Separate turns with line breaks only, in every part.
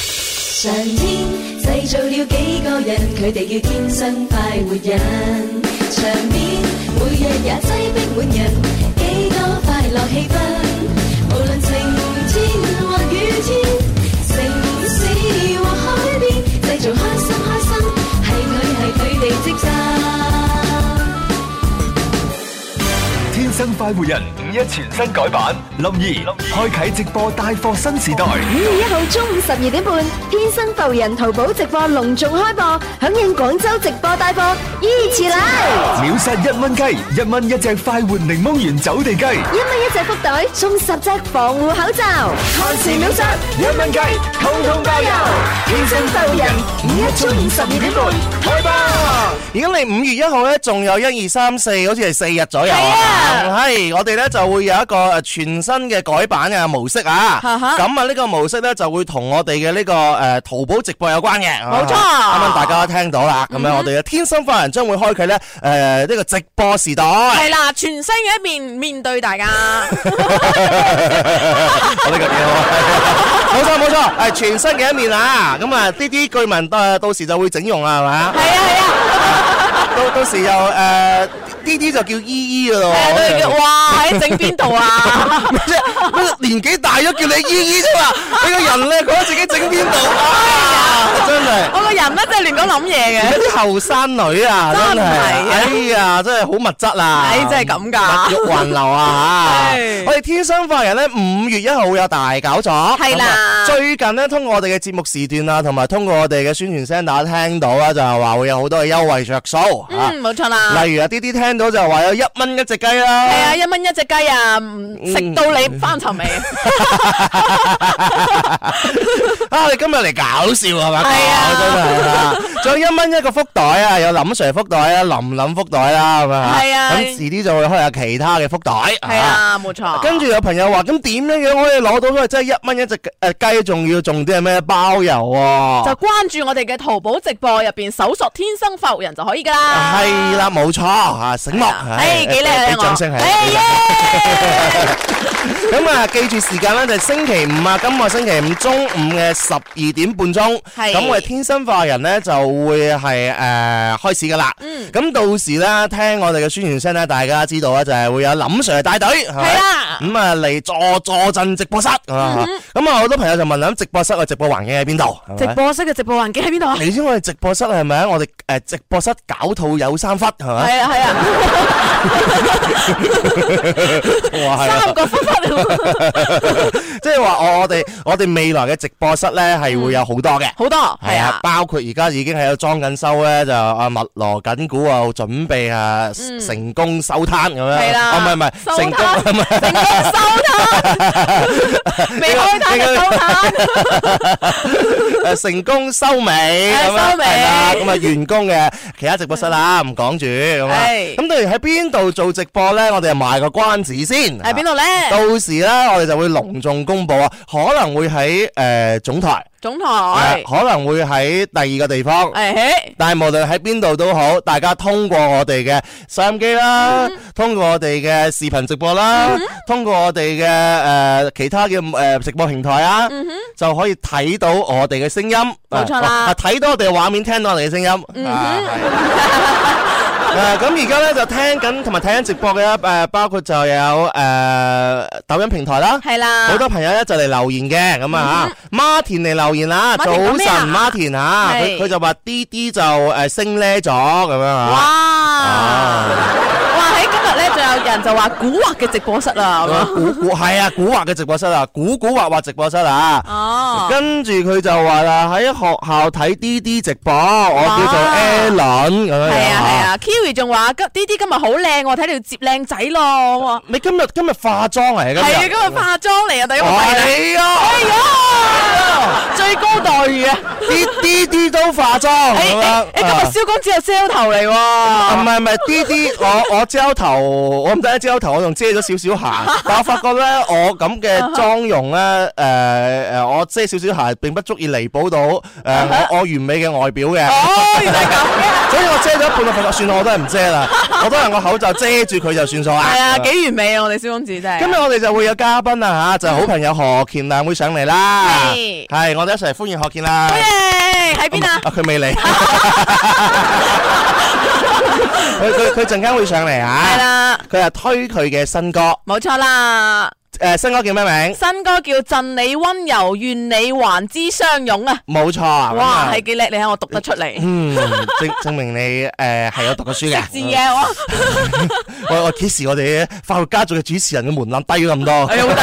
上天製造了幾個人，佢哋叫天生快活人。場面每日也擠逼滿人，幾多快樂氣氛。無論晴天或雨天，城市或海邊，製造開心開心，係佢係佢哋職責。
天生快活人五一全新改版，林兒開啟直播帶貨新時代。
五月一號中午十二點半，天生浮人淘寶直播隆重開播，響應廣州直播帶貨，依次嚟
秒殺一蚊雞，一蚊一隻快活檸檬圓走地雞，
一蚊一隻福袋，送十隻防護口罩，限時秒殺，
一蚊雞，通通包郵。
天生浮人五一中午十二點半開播。
而家你五月一號咧，仲有一二三四，好似係四日左右
係啊
係我哋咧就會有一個誒全新嘅改版嘅模式啊。
哈哈
咁啊，呢個模式咧就會同我哋嘅呢個誒淘寶直播有關嘅。
冇錯嗯
啱啱大家都聽到啦。咁樣我哋嘅天生快人將會開啟咧誒呢個直播 時代。
係啦，全新嘅一面面對大家，
我呢個幾好啊！冇錯冇錯，係全新嘅一面啊！咁啊，呢啲據聞誒到時就會整容啦，係嘛？
係啊係啊。
到到時又誒呢啲就叫姨姨噶咯
係啊，對
喎。
哇！喺整邊度啊？
咩啫咩年紀大咗叫你姨姨啫嘛？你個人咧覺得自己整邊度啊？真係。
我個人咧真係亂咁諗嘢
而
嘅
家。啲後生女啊，
真
真係，
係啊
哎呀，真係好物質啊，
哎真係咁哎㗎
物欲橫流 啊
係
我哋天生快人咧，五月一號有大搞咗，
係
咁
啦
啊最近咧，通過我哋嘅節目時段啊，同埋通過我哋嘅宣傳聲打聽到啊啦，就係話會有好多嘅優惠着數啊
嗯，冇錯啦。
例如啊，啲啲聽到就話有一蚊一隻雞啦，
係啊，一蚊一隻雞啊，唔
嗯
食到你翻尋味。
啊！你今日嚟搞笑係咪？
係啊
真係啊！仲有一蚊一個福袋啊，有林 Sir 福袋啊，林林福袋啦，係咪啊？
係啊
咁遲啲就會開下其他嘅福袋。
係啊，冇錯。
跟住有朋友話：咁點樣樣可以攞到？因為真係一蚊一隻誒雞，仲要重點係咩？包郵
就
喎。
關注我哋嘅淘寶直播入邊搜索天生發育人就可以噶啦。
係啦，冇錯啊，醒目。
哎，幾靚啊
俾
我！
掌聲係。
哎耶！
咁啊，記住時間咧，就係星期五啊，今個星期五中午嘅十二點半鐘。
係
咁我哋天生化人咧就會係誒、呃、開始噶啦。嗯。咁到時咧，聽我哋嘅宣傳聲咧，大家知道啊咧就係會有林 Sir 帶隊。係咪
係啦嗯
咁啊，嚟坐坐陣直播室。啊咁啊，好多朋友就問啦，咁直播室嘅直播環境喺邊度？係咪
直播室嘅直播環境喺邊度啊？
你知我哋直播室係咪啊？我哋誒直播室搞套有三忽係咪？
係啊係啊，
哇係啊
三個分分
即係話我我哋我哋未來嘅直播室咧係會有好多嘅。
好多
係
係
啊
啊，。
包括而家已經喺度裝緊修咧，就啊密鑼緊鼓啊，準備啊成功收攤咁樣。
嗯係啦
啊唔係唔
收
係
攤
成功 唔係唔係
成功收攤，未開攤就收攤，
誒呃成功收尾
誒
咁樣
收尾嗯
係啦咁啊完工嘅其他直播室啦，唔講住咁啊。
係
咁到時喺邊度做直播咧？我哋就賣個關子先。
喺邊度咧？
到時咧，我哋就會隆重公佈啊，可能會喺誒總台，
總台
誒。可能會喺第二個地方。
诶，
但係無論喺邊度都好，大家通過我哋嘅收音機啦，通過我哋嘅視頻直播啦，通過我哋嘅誒其他嘅誒、呃直播平台啊，就可以睇到我哋嘅聲音，
冇錯啦
啊睇到我哋嘅畫面，聽到我哋嘅聲音。啊係啊咁而家咧就聽緊同埋睇緊直播嘅誒、呃包括就有誒、呃抖音平台啦，
係啦
好多朋友咧就嚟留言嘅，咁啊嚇，Martin 嚟留言啦，
嗯 Martin
早
講咩啊
晨 Martin 嚇，佢
係
佢就話 D D 就誒升呢咗咁樣
哇！
啊。À.
哇！喺今日咧，仲有人就話古惑嘅直播室啦，咁樣
古古係啊，古惑嘅直播室啊，古古惑惑直播室啊。
哦，
跟住佢就話啦，喺學校睇 D D 直播，我叫做
哇
Alan 咁樣樣
係啊係。啊，Kiwi 仲話今呢啲今日好靚，我睇到接靚仔咯，我話
你今日今日化妝嚟㗎？
係啊，今日化妝嚟啊，第一個係啦
係啊，
哎呀，最高待遇啊！
啲 D D 都化妝
诶
咁樣啊
诶，哎你今日蕭公子係 sell 頭嚟
啊唔
喎，
係唔係，D D，我我焦頭，我唔得焦頭，我仲遮咗少少 瑕，但我發覺咧，我咁嘅
啊
妝容咧，誒、誒，我遮少少瑕並不足以彌補到誒、我我完美嘅外表嘅。
啊哦，原來咁嘅，
所以我遮咗一半，我發覺算啦，我都係唔遮 啦，我都係我口罩遮住佢就算數啦。
係啊，幾完美啊！我哋蕭公子真係。
今日我哋就會有嘉賓啊嚇，就係好朋友何乾亮會上嚟啦，
嗯係
係我哋一齊嚟歡歡迎學健啦。
耶！喺邊 啊？
啊，佢 未嚟。佢佢佢陣間會上嚟啊。
係。啦，
佢係推佢嘅新歌，
冇錯啦，
誒新歌叫咩名？
新歌叫《贈你温柔，願你還之相擁》啊！
冇錯啊。咁啊
哇，係幾叻，你睇我讀得出嚟，
嗯，證 證明你誒係有讀過書嘅。
字嘅我，
我我幾時我哋法律家族嘅主持人嘅門檻低咗咁多？
哎呀好低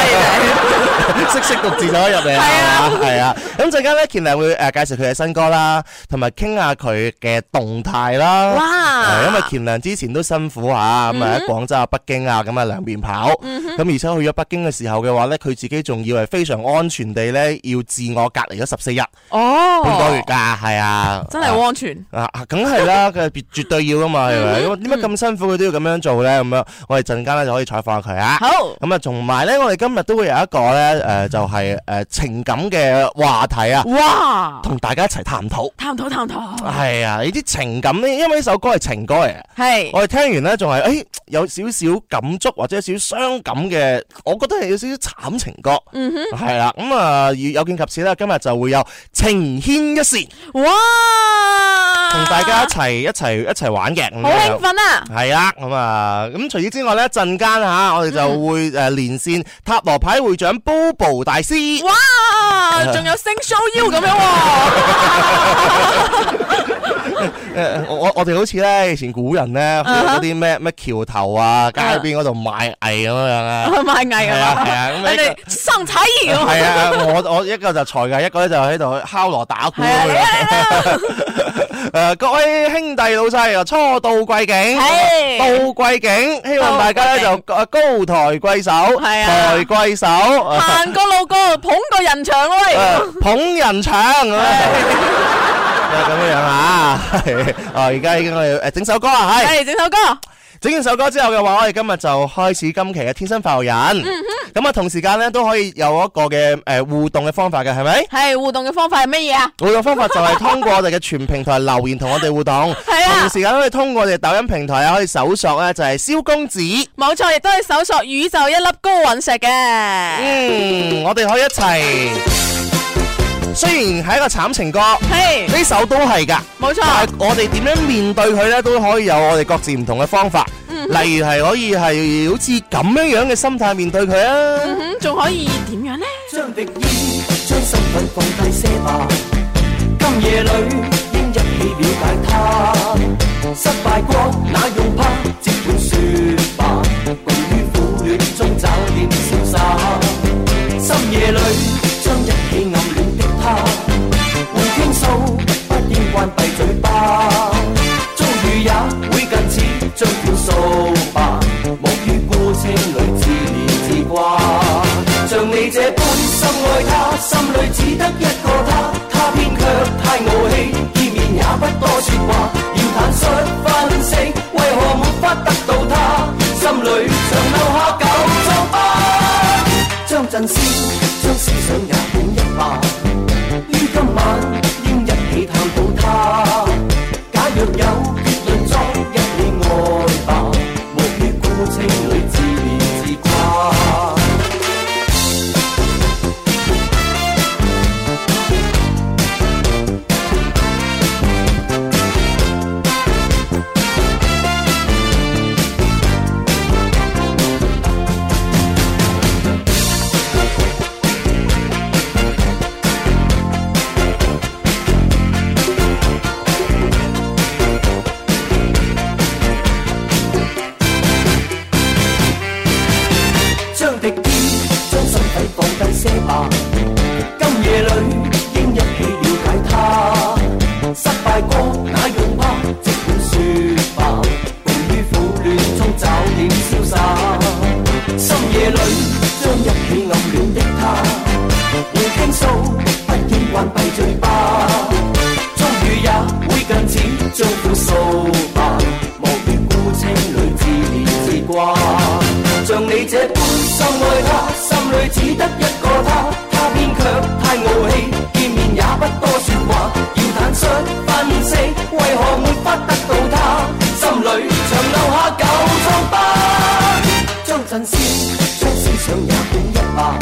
嘅，
識識讀字就可以入嚟啦，係啊，咁陣間咧，健亮會誒介紹佢嘅新歌啦，同埋傾下佢嘅動態啦。
哇嗯
係因為健亮之前都辛苦嚇，咁啊喺廣州啊、北京啊咁啊兩邊跑，咁而且去咗北京嘅時候嘅話咧，佢自己仲要係非常安全地咧，要自我隔離咗十四日，半個月
哦，
㗎，係啊，
真係好安全，
啊，梗係啦， 佢係絕絕對要噶嘛，係
嗯
咪？咁點解咁辛苦佢都要咁樣做咧？咁樣，我哋陣間咧就可以採訪下佢啊。
好
咁啊，同埋咧，我哋今日都會有一個咧，誒、就係、誒、情感嘅話題啊，
哇，
同大家一齊探討。
探討探討，
係啊，呢啲情感呢，因為呢首歌係情歌嚟嘅，
係，
我哋聽完咧仲係誒有少少感觸或者有少少傷感嘅，我覺得係有少少慘情歌。嗯哼，係啦，咁啊，有有見及此咧，今日就會有情牽一線，
哇，
同大家一齊一齊一齊玩嘅。咁
好
樣
興奮啊！
系啦，咁啊，咁除此之外咧，陣間吓我哋就會诶連線塔羅牌會長 Bobo 大師，
哇，仲有星 show you 咁樣喎，
呃我我我哋好似咧以前古人咧去嗰啲咩咩橋頭啊，街邊嗰度賣藝咁樣啊，
賣藝
係
啊
啊
嘛
係，啊， 咁
你
呢
哋生仔咁啊，
係啊，我我一個就財藝，一個咧就喺度敲锣打鼓
係啊
咁樣。
嚟 啦嚟啦
诶，各位兄弟老細啊，初到貴境，
係
到貴境，希望大家咧就高抬貴手，
係啊
抬貴手。
行個路過捧個人牆喂，
誒捧人 牆咁啊，就咁樣樣啊！ 係哦，而家已經我哋誒整首歌啦，係
嚟整首歌，
整完首歌之後嘅話，我哋今日就開始今期嘅天生快活人。
嗯
咁啊，同時間咧都可以有一個嘅誒互動嘅方法嘅，係 咪？
係互動嘅方法係乜嘢啊？
互動方法就係通過我哋嘅全平台留言同我哋互動，
係啊
同時間可以通過我哋抖音平台啊，可以搜索咧就係蕭公子。
冇錯，亦都係搜索宇宙一粒高隕石嘅，
嗯，我哋可以一齊。雖然係一個慘情 歌，
係
呢首都係㗎。但
冇錯
係，我哋點樣面對佢呢？都可以有我哋各自唔同嘅方法。例如係可以係好似咁樣樣嘅心態面對佢啊，
嗯，仲可以點樣呢？
將敵意，將身份放低些吧。今夜裏應一起了解他。失敗過哪用怕，即管説吧。共於苦戀中找點瀟灑。深夜裏將一起暗戀的他，會傾訴，不應關閉嘴巴。遭遇也會近似，將款掃吧。莫於孤清裏自憐自掛。像你這般深愛他，心裏只得一個他，他偏卻太傲氣，見面也不多説話。要坦率分析，為何沒法得到他？心裏常留下舊傷疤。將陣先，將思想也管一把。於今晚應一起探討他。假若有結論再一起愛吧，無於孤清裏自憐自掛。將敵意，將身體放低些吧。今夜裏應一起了解他。失敗過那用怕，即管説吧。共於苦戀中找點瀟灑。深夜裏將一起暗戀的他，會傾訴，不應關閉嘴巴。終於也會近似，將苦掃吧。無於孤清裏自憐自掛。像你這般深愛他，心裏只得一個他，他偏卻太傲氣，見面也不多説話。要坦率分析，為何沒法得到他？心裏長留下舊瘡疤。將陣先，將思想也管一把。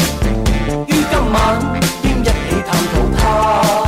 於今晚應一起探討他。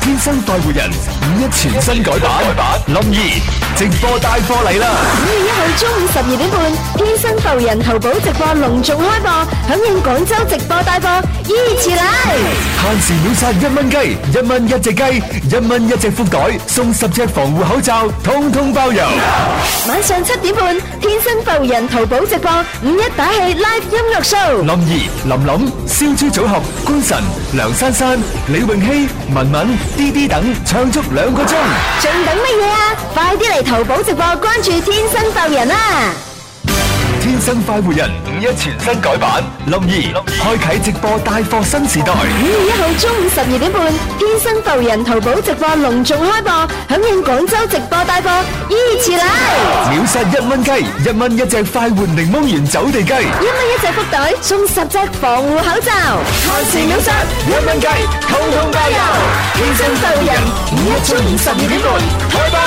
天生快活人，五一全新改版，林怡直播帶貨嚟啦！
五月一號中午十二點半，天生浮人淘寶直播隆重開播，響應廣州直播帶貨，依次嚟。
限時秒殺一蚊雞，一蚊一隻雞，一蚊一隻褲袋，送十隻防護口罩，通通包郵。
晚上七點半，天生浮人淘寶直播五一打氣 live 音樂 show。
林怡、林林、燒豬組合、官神、梁珊珊、李泳希、文文、D D 等唱足兩個鐘。
仲等乜嘢啊？快啲嚟淘寶直播關注天生浮人啊啦！
天生快活人，五一全新改版，林怡開啟直播帶貨新時代。
五月一號中午十二點半，天生浮人淘寶直播隆重開播，響應廣州直播帶貨，依次嚟。
秒殺一蚊雞，一蚊一隻快活檸檬園走地雞，
一蚊一隻福袋送十隻防護口罩，限時秒殺，
一蚊雞，通通包郵。
天生浮人，五一中午十二點半。
開吧！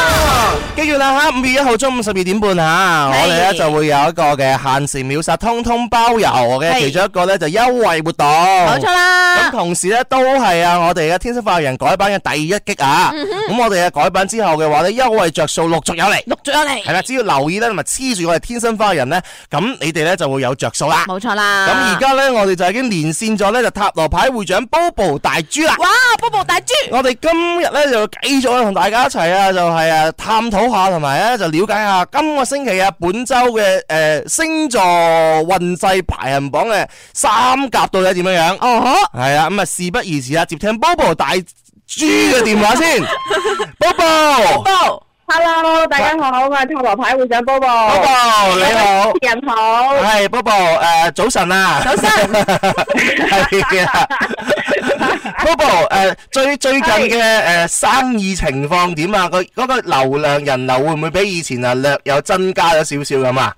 跟住啦嚇，五月一號中午十二點半嚇，我哋咧就會有一個嘅限時秒殺通通包郵嘅
係
其中一個咧就優惠活動。
冇
冇
錯啦
咁同時咧都係啊，我哋嘅天生化人改版嘅第一擊啊！咁我哋嘅改版之後嘅話咧，優惠着數陸續有嚟。
錄咗嚟，
係啦，只要留意咧，同埋黐住我哋天生化人咧，咁你哋咧就會有着數啦。
冇錯啦。
咁而家咧，我哋就已經連線咗咧，就塔羅牌會長 Bobo 大豬啦。
哇，波波大豬，
我哋今日咧就繼續同大家一齊啊，就係啊探討下，同埋咧就了解下今個星期啊本周嘅誒星座運勢排行榜嘅三甲到底點樣樣？
哦呵，
係啊，咁啊事不宜遲啊，接聽 Bobo 大豬嘅電話 先。Bobo，Bobo
Hello，大家好，我係塔羅牌會長 Bobo，
你好，
人好，
係 Bobo 誒早晨啊，
早晨，
係啊，Bobo 誒最最近嘅誒生意情況點啊？個嗰個流量人流會唔會比以前啊略有增加咗少少咁啊？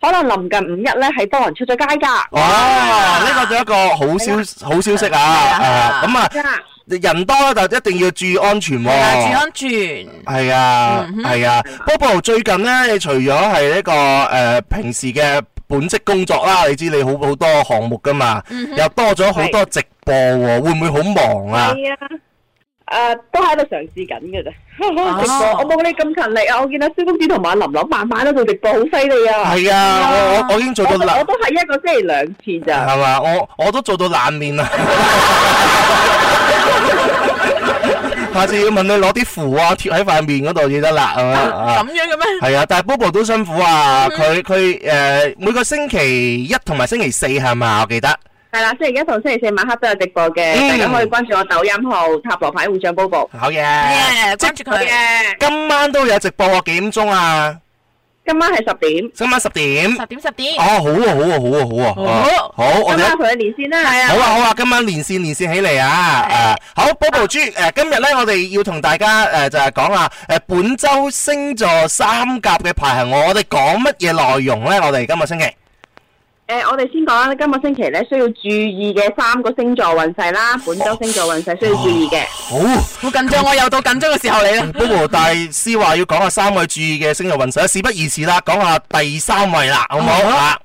可能臨近五一咧係多人出咗街㗎，
哇！呢個就一個好消好消息啊！啊咁
真
啊，
啊
人多就一定要注意安全
係啦，注意
喎。
安全。
係啊，係啊，Bobo 最近咧，你除咗係呢個誒平時嘅本職工作啦，你知你好好多項目噶嘛，又多咗好多直播喎，會唔會好忙啊？
係啊，誒都喺度嘗試緊㗎啫， 直
哦
播我冇你咁勤力啊，我見到蕭公子同埋林琳晚晚都做直播，好犀利啊！
係啊，我我我已經做
我
到
都我
爛，
都係一個星期兩次咋，
係嘛？我我都做到爛面啊 啦。下次要問你攞啲符啊，貼喺塊面嗰度至得啦，咁樣啊
咁。樣嘅咩？
係啊，但係 Bobo 都辛苦啊！佢佢誒每個星期一同埋星期四係嘛？我記得
係啦，星期一同星期四晚黑都有直播嘅，
嗯啊
大家可以關注我抖音號塔羅牌會長 Bobo
好嘢。
耶，關注佢。
嘅，
今晚都有直播喎，幾點鐘啊？
今晚係十點，
今晚十點。
十點十點
哦，，好啊，好啊，好啊，好啊。好，我
今
哋
晚同你連線啦，係
好啊好啊，今晚連線連線起嚟啊！誒，好，Bobo 豬誒，今日咧我哋要同大家誒就係講下誒本周星座三甲嘅排行，我哋講乜嘢內容咧？我哋今個星期
誒、我哋先講啦，今個星期咧需要注意嘅三個星座運勢啦，
哦
本周星座運勢需要注意嘅。
好
好緊張，我又到緊張嘅時候嚟啦。
，Bobo 大師話要講下三位注意嘅星座運勢，事不宜遲啦，講下第三位啦，好唔好啊？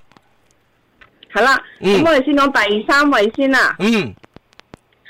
係啦，咁、
嗯
我哋先講第三位先啦，
嗯，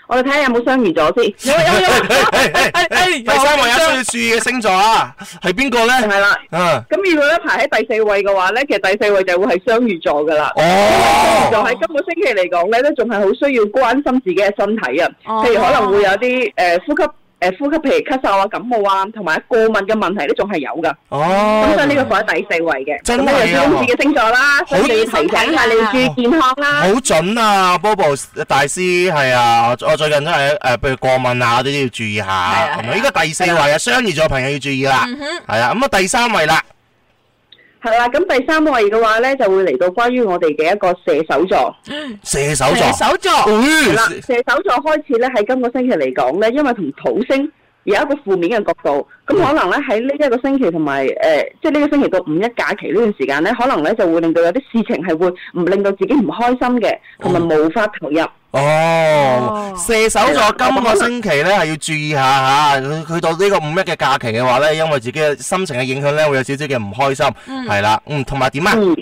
我哋睇下有冇雙魚座先。
有有有，哎
第三位有啊需要注意嘅星座啊，係邊個咧？
係啦，
嗯，
咁如果咧排喺第四位嘅話咧，其實第四位就會係雙魚座噶啦。就
哦，
喺今個星期嚟講咧，都仲係好需要關心自己嘅身體啊，
哦
譬如可能會有啲誒、呃呼吸誒、呼吸譬如咳嗽啊、感冒啊，同埋過敏嘅問題都仲係有㗎。
哦
咁，所以呢個放喺第四位嘅，
真
咁
係
呢
啊
個小公子嘅星座啦，所以你要提醒下你要注意健康啦
好。準啊，Bobo 大師係啊，我我最近都係誒，譬如過敏啊嗰啲都要注意
係
下。
啊
咁啊，依家第四位啊，雙魚座朋友要注意啦。係啊，咁啊第三位啦，
係啦，咁第三位嘅話咧，就會嚟到關於我哋嘅一個射手座。
射手座。
手座，
係啦，
嗯
射手座開始咧喺今個星期嚟講咧，因為同土星有一個負面嘅角度，咁可能咧喺呢一個星期同埋誒，呃即係呢個星期到五一假期呢段時間咧，可能咧就會令到有啲事情係會唔令到自己唔開心嘅，同埋無法投入。
哦，射手座今個星期咧係要注意下嚇，佢佢到呢個五一嘅假期嘅話咧，因為自己嘅心情嘅影響咧，會有少少嘅唔開心，係啦，嗯，同埋點啊？
嗯，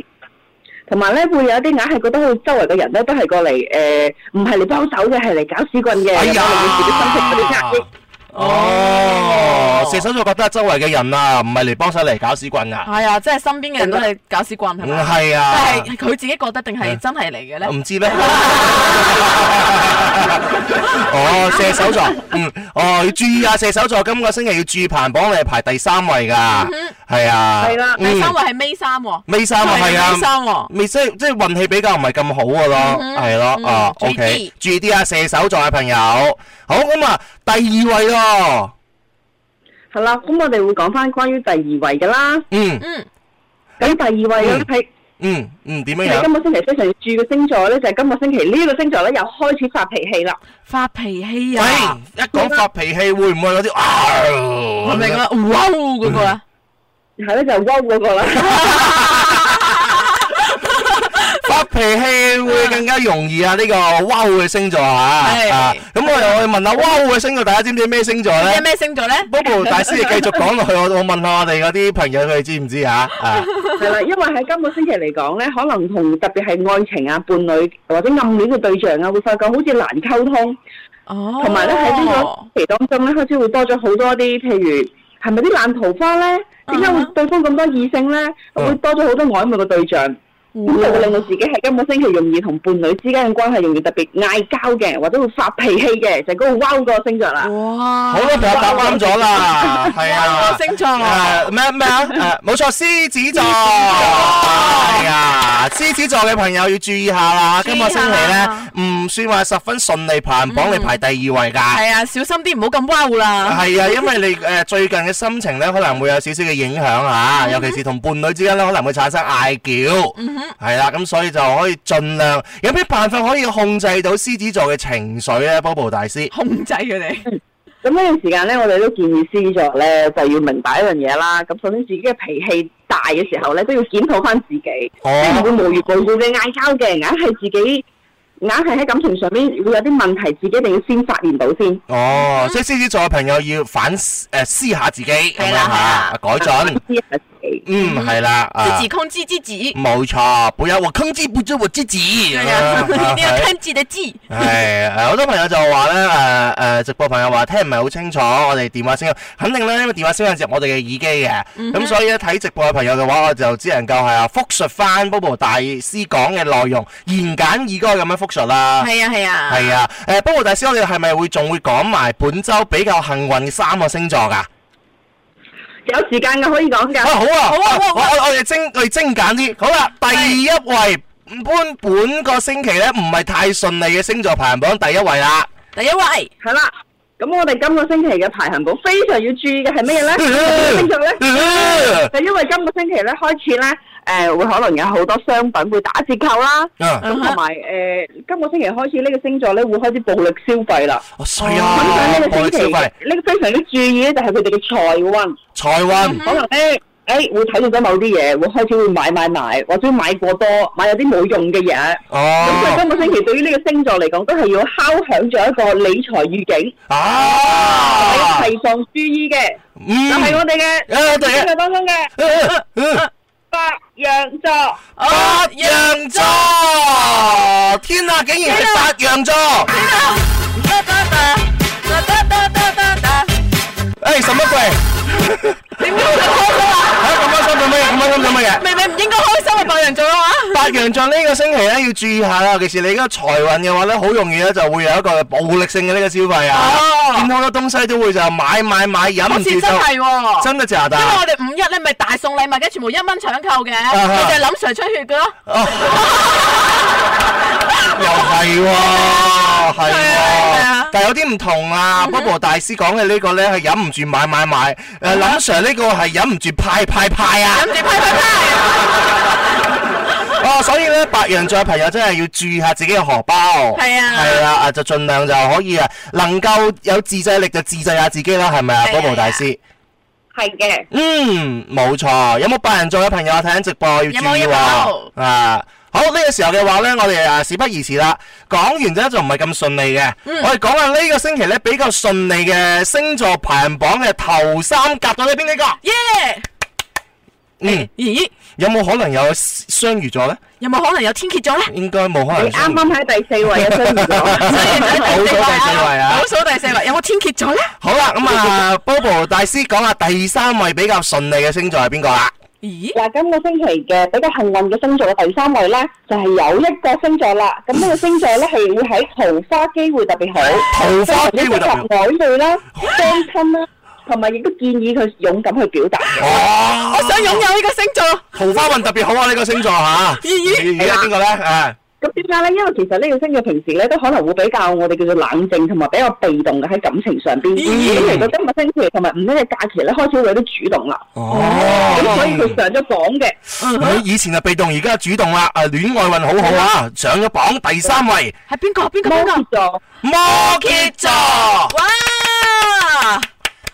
同埋咧會有啲硬係覺得佢周圍嘅人咧都係過嚟誒，唔係嚟幫手嘅，係嚟搞屎棍
啊
嘅，
哎
有
呀
幫你自己分析嗰啲壓抑。
哦，射手座覺得周圍嘅人啊，唔係嚟幫手嚟搞屎棍啊，
係啊，即係身邊嘅人都係搞屎棍係
唔
咪？
係啊，嗯
但係佢自己覺得定係真係嚟嘅咧？
唔知 咧。哦，射手座，嗯，哦，要注意啊，射手座今個星期要注意排行榜，你係排第三位噶，係啊，
係啦
嗯
第三位嗯係尾三喎，
尾三啊，係啊，
尾三喎。嗯
未即係即係運氣比較唔係咁好嘅咯，係咯，啊
注意
，OK，
啲
注意啲啊，射手座嘅朋友，好咁啊，第二位咯，
係啦，咁我哋會講翻關於第二位嘅啦。
嗯
嗯，
咁第二位咧
嗯
喺
嗯嗯，點樣
喺
樣？
今個星期非常要注意嘅星座咧，就係今個星期呢個星座咧又開始發脾氣啦。
發脾氣啊！
喂，一講發脾氣會唔會有啲啊？
我
我
明啦，哇嗰個啊，
嗯
係咧就係嬲嗰個啦。
發脾氣會更加容易啊！呢個哇嘅星座啊，
係
啊咁我哋我哋問下哇嘅星座，大家知唔知咩星座
即係
咧
咩星座咧？
？Bobo 大師，你繼續講落去，我我問下我哋嗰啲朋友佢哋知唔知啊？啊，
係啦，因為喺今個星期嚟講咧，可能同特別係愛情啊、伴侶或者暗戀嘅對象啊，會發覺好似難溝通，
哦，
同埋咧喺呢個期當中咧，開始會多咗好多啲，譬如係咪啲爛桃花咧？點解
嗯
會
哼
對方咁多異性咧？
嗯
會多咗好多曖昧嘅對象，咁就會令到自己喺今個星期容易同伴侶之間嘅關係容易特別嗌交嘅，或者會發脾氣嘅，就係嗰個 wow 個星座啦。
哇，
好多朋友答啱咗 啦，係啊
哇，。啊星座
誒咩咩啊？誒冇錯，獅子座係啊！獅子座嘅朋友要注意下啦，
注意
今
下嗯
個星期咧唔算話十分順利，排行榜你排第二位㗎。
係啊，小心啲，唔好咁哇啦。
係啊，因為你誒最近嘅心情咧，可能會有少少嘅影響
嗯
嚇，尤其是同伴侶之間咧，可能會產生嗌交。係啦，咁所以就可以盡量有咩辦法可以控制到獅子座嘅情緒咧，Bobo 大師。
控制佢哋，
咁呢段時間咧，我哋都建議獅座咧就要明白一樣嘢啦。咁首先自己嘅脾氣大嘅時候咧，都要檢討翻自己，即係唔會無緣無故嘅嗌交嘅，硬係自己硬係喺感情上面會有啲問題，自己一定要先發現到先。
嗯
哦，所以獅子座嘅朋友要反思誒思下自己咁樣
係啦
嚇，改 進。
啊知下自己。
嗯，係啦，啊
自己控制自己。
冇錯，不要我控制不住我自己。
對啊， 一定要
係
看自己的字。
係誒，好多朋友就話咧誒誒，直播朋友話聽唔係好清楚，我哋電話聲音肯定咧，因為電話聲音接我哋嘅耳機嘅，
嗯
咁所以咧睇直播嘅朋友嘅話，我就只能夠係啊復述翻 Bobo 大師講嘅內容，言簡意賅咁樣復述啦。
係啊係啊。
係啊，誒 Bobo 大師，我哋係咪會仲會講埋本周比較幸運嘅三個星座㗎？
有時間嘅可以講
啊
㗎。
好啊，
好啊好啊
我我我哋精我哋精簡啲。好啦，第一位搬本個星期咧唔係太順利嘅星座排行榜第一位啦。
第一位，
係啦，咁我哋今個星期嘅排行榜非常要注意嘅係乜嘢
嗯
咧？星座咧？就因為今個星期咧開始咧，誒、會可能有好多商品會打折扣啦，
啊
咁同埋誒今個星期開始呢個星座咧會開始暴力消費啦。
哦，衰
咁
啊
所以呢，個
我哋
星期
消費嗯
呢個非常之注意咧，就係佢哋嘅財運，
財運
可能咧。誒、會睇到咗某啲嘢，會開始會買買買，或者買過多，買有啲冇用嘅嘢。咁所以
哦
今個星期對於呢個星座嚟講，都係要敲響咗一個理財預警，
啊，
哦係提防注意嘅，就係
嗯，
我哋嘅
啊我哋嘅
星座當中嘅白羊座。
八羊座，天啊，竟然係八羊座，嗯誒，什麼鬼？
點解唔開心啊？
啊，咁開心做乜嘢？咁開心做乜嘢？
明明唔應該開心嘅白羊座啊嘛。
白羊座呢個星期咧要注意下啦，尤其是你而家財運嘅話咧，好容易咧就會有一個暴力性嘅呢個消費啊，
哦
見到好多東西都會就買買買，忍唔
好似
住
真係
就
喎，
真係炸
因為
彈。
我哋五一咧咪大送禮物嘅，全部一蚊搶購嘅，
哈
咪就係林 Sir 出血嘅咯。
哦 又係喎，係
係
喎
啊，嗯
但係有啲唔同啊。Bobo 大師講嘅呢個咧係忍唔住買買買，
嗯
誒林 Sir 呢個係忍唔住派派派 啊！
諗住批批批，
哦，所以咧，白羊座嘅朋友真係要注意下自己嘅荷包。
係啊
係啦，啊就盡量就可以啊，能夠有自制力就自制下自己啦，係咪啊
係啊
，Bobo 大
係啊
師？
係嘅，
嗯，冇錯。有冇白人做嘅朋友啊睇緊直播要注意
有
喎、
冇
啊
有？
好呢、個時候嘅話呢，我哋啊事不宜遲啦。講完咗就唔係咁順利嘅，
嗯
我哋講下呢個星期呢，比較順利嘅星座排行榜嘅頭三甲到底邊幾個？
耶！
嗯，
咦，
有冇可能有雙魚座呢？
有冇可能有天 蝎座咧？
應該冇可能
你
有雙
嗯
魚。
啱啱喺第四位啊，雙魚 座。
所以就係第四位啊
倒數第四位啊
倒數第四位，有冇天蝎座咧？
好啦，咁啊，Bobo 大師講下第三位比較順利嘅星座係邊個啊啦？
咦？
嗱，今個星期嘅比較幸運嘅星座嘅第三位咧，就係、有一個星座啦。咁呢個星座咧係會喺桃花機會特別好，
桃 花機會特別好
非常之適合曖昧啦、相親啦，同埋亦都建議佢勇敢去表達。
哦
我想擁有呢個星座。
桃花運特別好啊！呢個星座吓，
咦咦
係啊邊個咧？啊，
咁點解咧？因為其實呢個星座平時咧都可能會比較我哋叫做冷靜同埋比較被動嘅喺感情上邊。
咦
咁嚟到今個星期同埋五一嘅假期咧，開始會有啲主動啦。咁所以佢上咗榜嘅。
嗯
佢哦以前係被動，而家主動啦。啊，戀愛運好好啊，上咗榜第三位，
係邊個？邊
哦
個？
摩
邊個？
羯座。
摩羯座，
哇！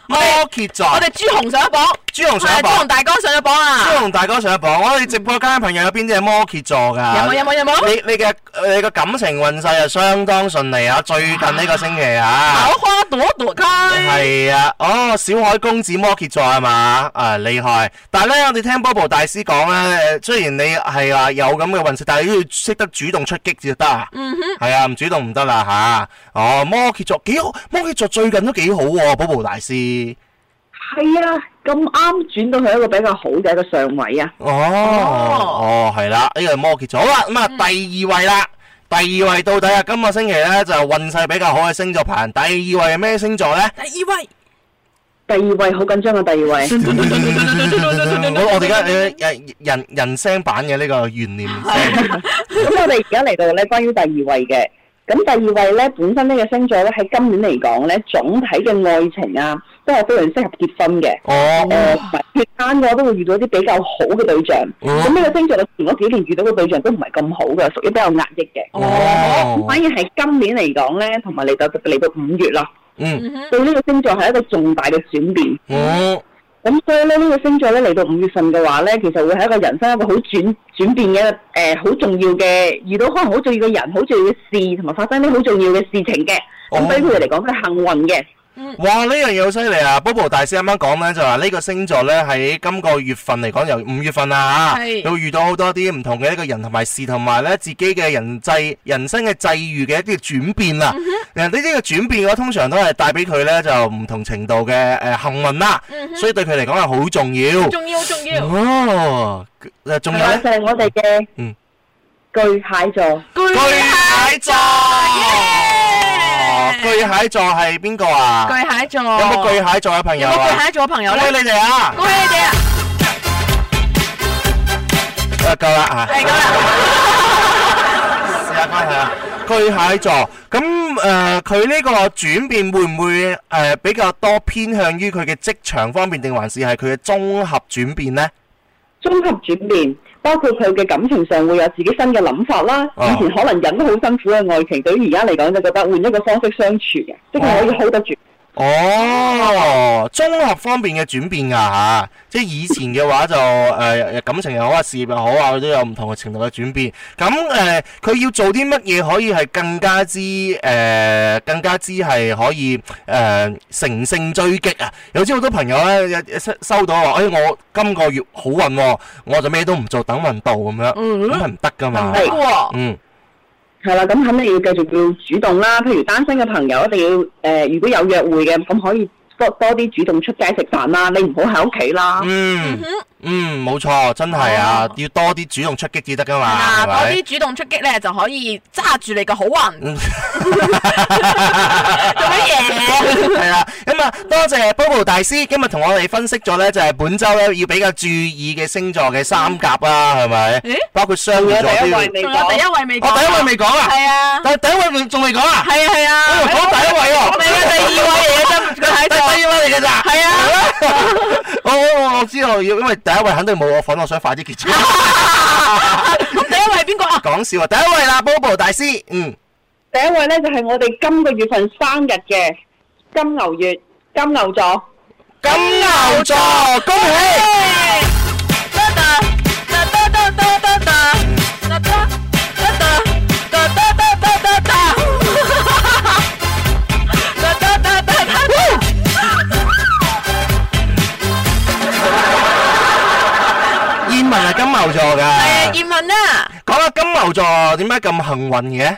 摩羯座，
我哋朱紅上咗榜，
朱紅上
係啊
一
朱紅
榜，
大哥上咗榜
朱
啊！
紅大哥上一榜。我哋直播間嘅朋友有邊啲係摩羯座㗎？
有冇？有冇？有冇？
你你嘅呃你嘅感情運勢啊，相當順利啊！最近呢個星期啊
桃。花朵朵
Dạ,
開，
係啊，哦，小海公子摩羯座係嘛？啊，厲害！但係咧，我哋聽 Bobo 大師講咧，誒雖然你係話有咁嘅運勢，但係都要識得主動出擊至得啊。嗯哼。係啊，唔主動唔得啦吓。哦，摩羯座幾好，摩羯座最近都幾好喎、Bobo 大師。
係啊，咁啱轉到去一個比較好嘅一個上位啊。
哦，哦，係啦，呢個係摩羯座。好啦，咁啊，第二位啦。第二位到底啊，今個星期咧就運勢比較好嘅星座排行第二位係咩星座咧？
第二位，
第二位好緊張啊嘅第二
呃
位，
我我哋而家誒呃人人聲版嘅呢個懸念聲。
咁我哋而家嚟到咧，關於第二位嘅，咁第二位咧本身呢個星座咧喺今年嚟講咧，總體嘅愛情啊，都係非常適合結婚嘅。
哦，
誒同埋脱單嘅話，都會遇到啲比較好嘅對象。咁呢個星座嘅前嗰幾年遇到嘅對象都唔係咁好嘅，屬於比較壓抑嘅。咁
哦，
反而係今年嚟講咧，同埋嚟到嚟到五月啦，
嗯，
對呢個星座係一個重大嘅轉變。
哦，
咁所以咧，呢、個星座咧嚟到五月份嘅話咧，其實會係一個人生一個好轉轉變嘅誒，好、重要嘅遇到可能好重要嘅人、好重要嘅事，同埋發生啲好重要嘅事情嘅。
哦
咁對於佢哋嚟講，佢係幸運嘅。
哇！呢樣嘢好犀利啊！Bobo 大師啱啱講咧，就話呢個星座咧喺今個月份嚟講，由五月份啊嚇，
係
要遇到好多啲唔同嘅一個人同埋事，同埋咧自己嘅人際、人生嘅際遇嘅一啲轉變啦。誒呢啲嘅轉變嘅話，通常都係帶俾佢咧就唔同程度嘅誒幸運啦，所以對佢嚟講係好重要。
重要重要，
哦，誒仲有
係啦，
咧
就，係我哋嘅
嗯
巨蟹座。
巨
巨蟹座。哦巨蟹座係邊個啊？
巨蟹座，
有冇巨蟹座嘅朋友啊？
有
à?
冇巨蟹座嘅朋友咧？
恭喜你哋啊！
恭喜你哋啊！
Dạ, 啊，夠啦，啊。
係咁啦，
Dạ, ờ, 試下關係啊。巨蟹座，咁，誒，佢呢個轉變會唔會，誒，比較多偏向於佢嘅職場方面，定還是係佢嘅綜合轉變呢？
綜合轉變，包括佢嘅感情上會有自己新嘅諗法啦。
哦
以前可能忍得好辛苦嘅愛情，對於而家嚟講就覺得換一個方式相處嘅，即係
哦
可以 hold 得住。
啊哦，綜合方面嘅轉變啊，嚇，即係以前嘅話就，誒，誒，感情又好啊，事業又好啊，都有唔同嘅程度嘅轉變。咁，誒，佢要做啲乜嘢可以係更加之，誒，更加之係可以，誒，乘勝追擊啊？有啲好多朋友呢，一-啊一收到話，哎，我今個月好運喎，我就咩都唔做，等運到咁樣。咁係唔得㗎嘛。
係。
哇
嗯，
係啦，咁肯定要繼續要主動啦。譬如單身嘅朋友，一定要誒、呃如果有約會嘅，咁可以多多啲主動出街食飯啦。你唔好喺屋企啦。
嗯，嗯，冇錯，真係啊，要多啲主動出擊至得噶嘛，
啊，
係
多
咪？
啲主動出擊咧，就可以揸住你嘅好運。做乜嘢？
係啦，咁啊，多謝 Bobo 大師今日同我哋分析咗咧，就係本周咧要比較注意嘅星座嘅三甲啦，係咪
咦？
包括雙魚座
仲有第一
都要
位未
仲有第一位未講？
我第一位未講啊，
係啊，
但係第一位未仲未講啊，
係啊，係
我
啊。
講第一位喎，
你嘅第二位嚟嘅啫，巨蟹
第
座。
二位嚟嘅咋？
係啊。
我我我知道要，因為第一位肯定冇我份，我想快啲結束。
咁第一位係邊個啊？
講笑啊，第一位啦，Bobo 大師，嗯。
第一位咧就係、我哋今個月份生日嘅金牛月金牛座。
金牛座，恭喜！燕文係金牛牛座
係啊，
嘅。
葉問啊，
講下金牛座點解咁幸運嘅？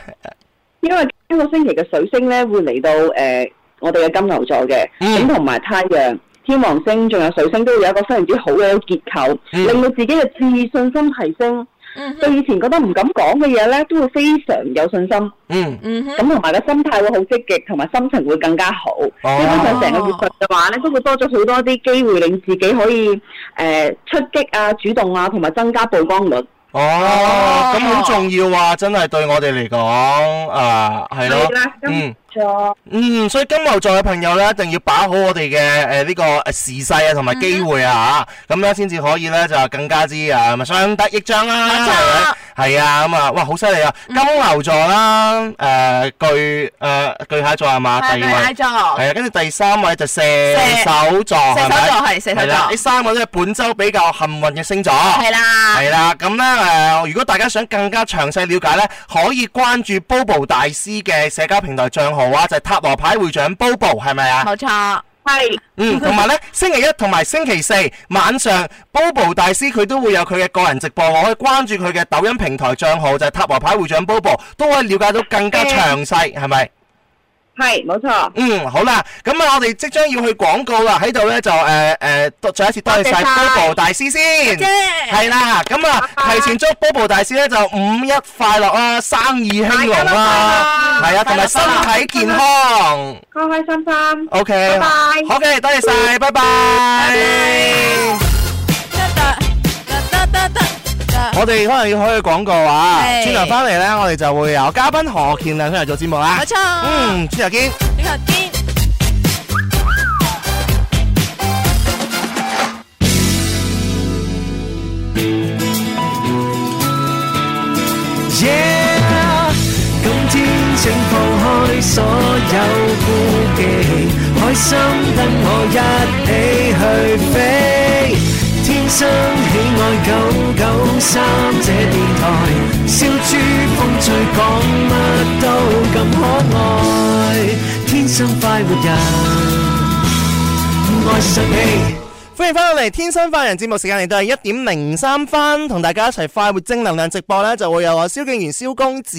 因為今個星期嘅水星咧會嚟到誒、呃我哋嘅金牛座嘅，
嗯
咁同埋太陽、天王星仲有水星都會有一個非常之好嘅一個結構，
嗯
令到自己嘅自信心提升。
嗯哼
對以前覺得唔敢講嘅嘢咧，都會非常有信心，咁
嗯，
嗯哼，
同埋個心態會好積極，同埋心情會更加好。
哦
基本上成個月份嘅話咧，都會多咗好多啲機會，令自己可以誒、呃出擊啊、主動啊，同埋增加曝光率。
哦，咁好重要啊！真係對我哋嚟講，啊，係咯
係啦，，金
嗯
牛。座。
嗯，所以金牛座嘅朋友咧，一定要把好我哋嘅誒呢個誒時勢啊，同埋機會啊嚇，咁樣先至可以咧就更加之啊，咪相得益彰啦，係咪？係啊，咁啊，哇，好犀利啊！金牛座啦，誒巨誒巨蟹座係嘛？第
係
二
巨蟹
位。
座，
係啊，跟住第三位就射手座，係咪
射手座係射手座
係啦呢三個都係本周比較幸運嘅星座。
係啦，
係啦，咁咧誒，如果大家想更加詳細了解咧，可以關注 Bobo 大師嘅社交平台帳號啊，就係、塔羅牌會長 Bobo 係咪啊？
冇錯，
係
嗯，同埋咧星期一同埋星期四晚上，Bobo 大師佢都會有佢嘅個人直播，我可以關注佢嘅抖音平台帳號就係、塔羅牌會長 Bobo，都可以了解到更加詳細，係咪？
係冇錯。
嗯，好啦，咁啊，我哋即將要去廣告啦，喺度咧就誒誒，多再一次多謝晒
多謝晒
Bobo 大師先，
多謝
係啦，咁啊，提前祝 Bobo 大師咧就五一快樂啦，生意興隆啦，
大
係
家都快樂
啊，同埋身體健康
開開心心。
，OK，
拜拜
好嘅，多謝晒，拜拜。
得得得得得得，
我哋可能要開個廣告啊，
係
轉頭翻嚟咧，我哋就會有嘉賓何健亮出嚟做節目啦
冇，錯，
嗯，轉頭見。
呢個堅。
Yeah，今天請放開所有顧忌，開心等我一起去飛。天生喜愛九九三這電台，笑豬風趣講乜都咁可愛，天生快活人，愛上你。
欢迎翻到嚟《天生快人》節目時間嚟到係一點零三分，同大家一齊快活正能量直播呢，就會有我蕭敬元、蕭公子，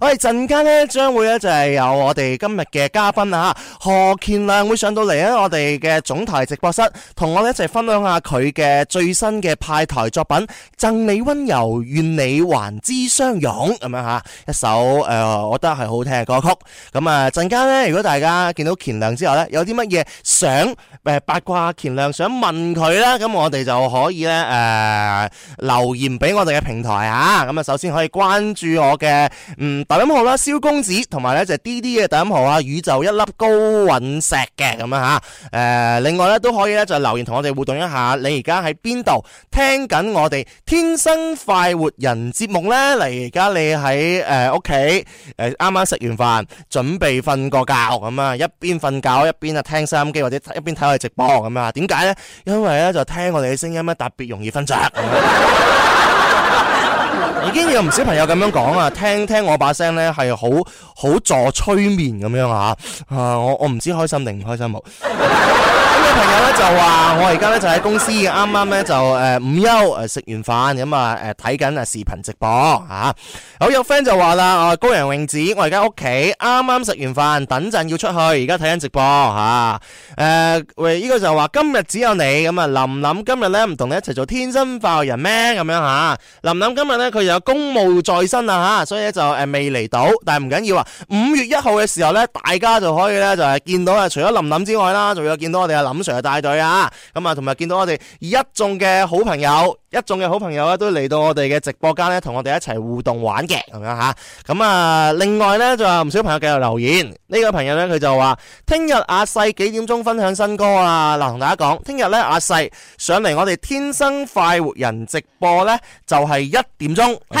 我哋陣間呢，將會呢，就係有我哋今日嘅嘉賓啊，何健亮會上到嚟咧我哋嘅總台直播室，同我哋一齊分享下佢嘅最新嘅派台作品《贈你温柔，願你還之相擁》咁樣吓，一首誒、呃我覺得係好聽嘅歌曲。咁啊，陣間咧，如果大家見到乾亮之後咧，有啲乜嘢想誒、呃八卦乾亮，想問佢咧，咁我哋就可以咧誒、呃留言俾我哋嘅平台啊。咁啊，首先可以關注我嘅嗯抖音號啦，蕭公子，同埋咧就係 D D 嘅抖音號啊，宇宙一粒高隕石嘅咁樣嚇。誒、另外咧都可以咧就留言同我哋互動一下，你而家喺邊度聽緊我哋天生快活人節目咧？嚟而家你喺誒屋企誒啱啱食完飯，準備瞓個覺咁啊，一邊瞓覺一邊啊聽收音機或者一邊睇我哋直播咁啊？點解咧？因為咧就聽我哋嘅聲音咧特別容易瞓着。咁樣已經有唔少朋友咁樣講啊，聽聽我把聲咧係好好助催眠咁樣啊！啊，我我唔知開心定唔開心好。咁有朋友咧就話：我而家咧就喺公司嘅，啱啱咧就誒午休呃誒食完飯咁啊誒睇緊啊視頻直播嚇、啊好有 friend 就話啦：啊高陽泳子，我而家屋企啱啱食完飯，等陣要出去，而家睇緊直播嚇。誒、喂，依、個就話今日只有你咁啊，林林今日咧唔同你一齊做天生化學人咩咁啊樣嚇、林林今日咧佢有公務在身啊嚇，所以咧就誒未嚟到，但係唔緊要啊。五月一號嘅時候咧，大家就可以咧就係見到啊，除咗林林之外啦，仲有見到我哋阿林 Sir 帶隊啊，咁啊同埋見到我哋一眾嘅好朋友，一眾嘅好朋友咧都嚟到我哋嘅直播間咧，同我哋一齊互動玩嘅咁樣吓。咁啊，另外咧就有唔少朋友繼續留言，呢、個朋友咧佢就話：聽日阿細幾點鐘分享新歌啊？嗱，同大家講，聽日咧阿細上嚟我哋天生快活人直播咧，就係一點鐘，嗯
係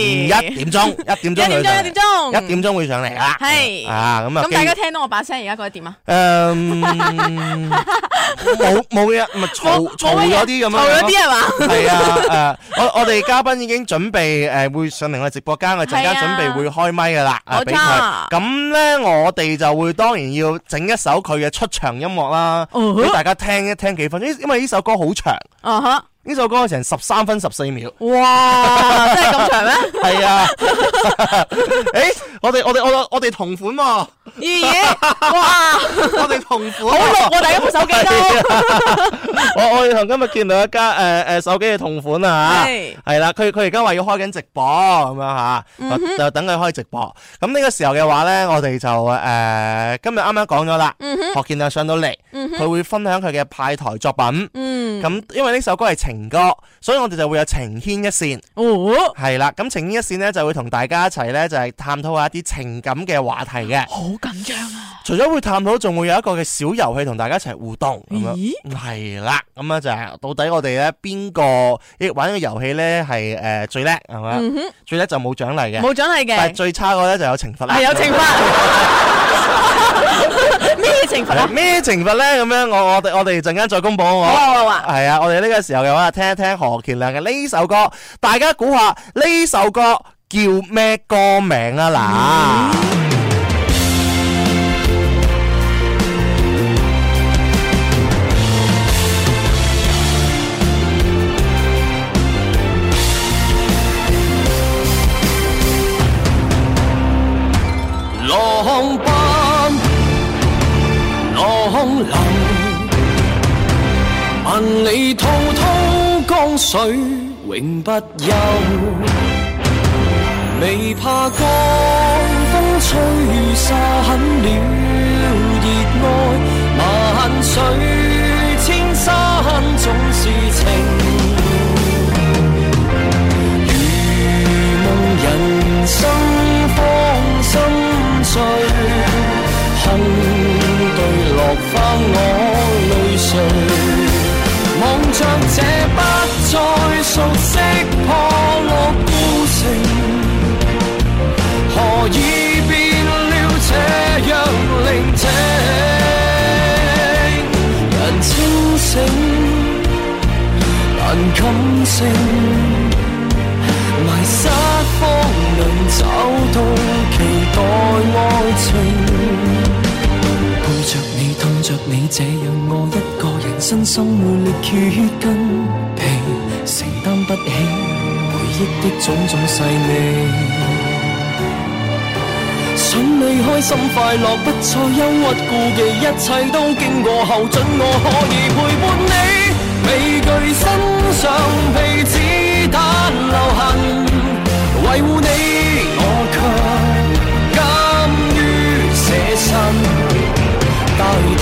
一點鐘，一點鐘，
一點鐘，一點鐘，
一點鐘會上嚟㗎啦。
係
啊，咁啊，嗯
咁大家聽到我把聲，而家覺得點啊？
誒 冇冇嘢，咪嘈
冇
嘈
乜嘢
咗啲咁樣。
嘈咗啲係嘛？
係係啊，誒，我我哋嘉賓已經準備誒會上嚟我哋直播間，我哋陣間
係
準
啊
備會開咪噶啦，啊
冇錯
俾佢。咁咧，我哋就會當然要整一首佢嘅出場音樂啦，
嗯哼
俾大家聽一聽幾分鐘，因因為呢首歌好長，
啊哈！
呢首歌成十三分十四秒。
哇，真係咁長咩？
係啊， 誒，我哋我哋我我哋同款喎，
咦咦，哇！
我哋同款
好
喎。
錄我哋部手機都。
我我哋同今日見到一家誒誒手機嘅同款啊嚇
係，嗯
係啦，佢佢而家話要開緊直播咁樣嚇，就就等佢開直播。咁呢個時候嘅話咧，我哋就誒今日啱啱講咗啦，
嗯
學健亮上到嚟，佢會分享佢嘅派台作品。
嗯，
咁因為呢首歌係情歌，所以我哋就會有情牽一線，
哦，
係啦。咁情牽一線咧就會同大家一齊咧就係探討下一啲情感嘅話題嘅。
好緊張啊！
除咗會探討，仲會有一個嘅小遊戲同大家一齊互動咁樣
咦，
係啦，咁樣就係到底我哋咧邊個亦玩呢個遊戲咧係誒最叻係咪？最叻就冇獎勵嘅，
嗯冇獎勵
但係
嘅，
最差嗰咧就有懲罰啦。
係有懲罰。 咩懲罰啊？
咩懲罰咧？咁樣我我哋我哋陣間再公佈我。
好啊
係啊，我哋呢個時候嘅話，聽一聽何健亮嘅呢首歌，大家估下呢首歌叫咩歌名啊？嗱。
浪奔，浪流，萬里滔滔江水永不休，未怕江風吹沙很了熱愛，萬水千山總是情。如夢人生方心醉，空對落花我淚垂。望着這不再熟悉破落孤城，何以變了這樣寧靜？人清醒，但感性。迷失方能找到期待愛情。抱着你，氹着你，這樣我一個人身心活力缺根皮，承擔不起回憶的種種細膩。想你開心快樂，不再憂鬱顧忌，一切都經過後，準我可以陪伴你。未懼身上被子彈留痕，維護你我卻甘於捨身。大地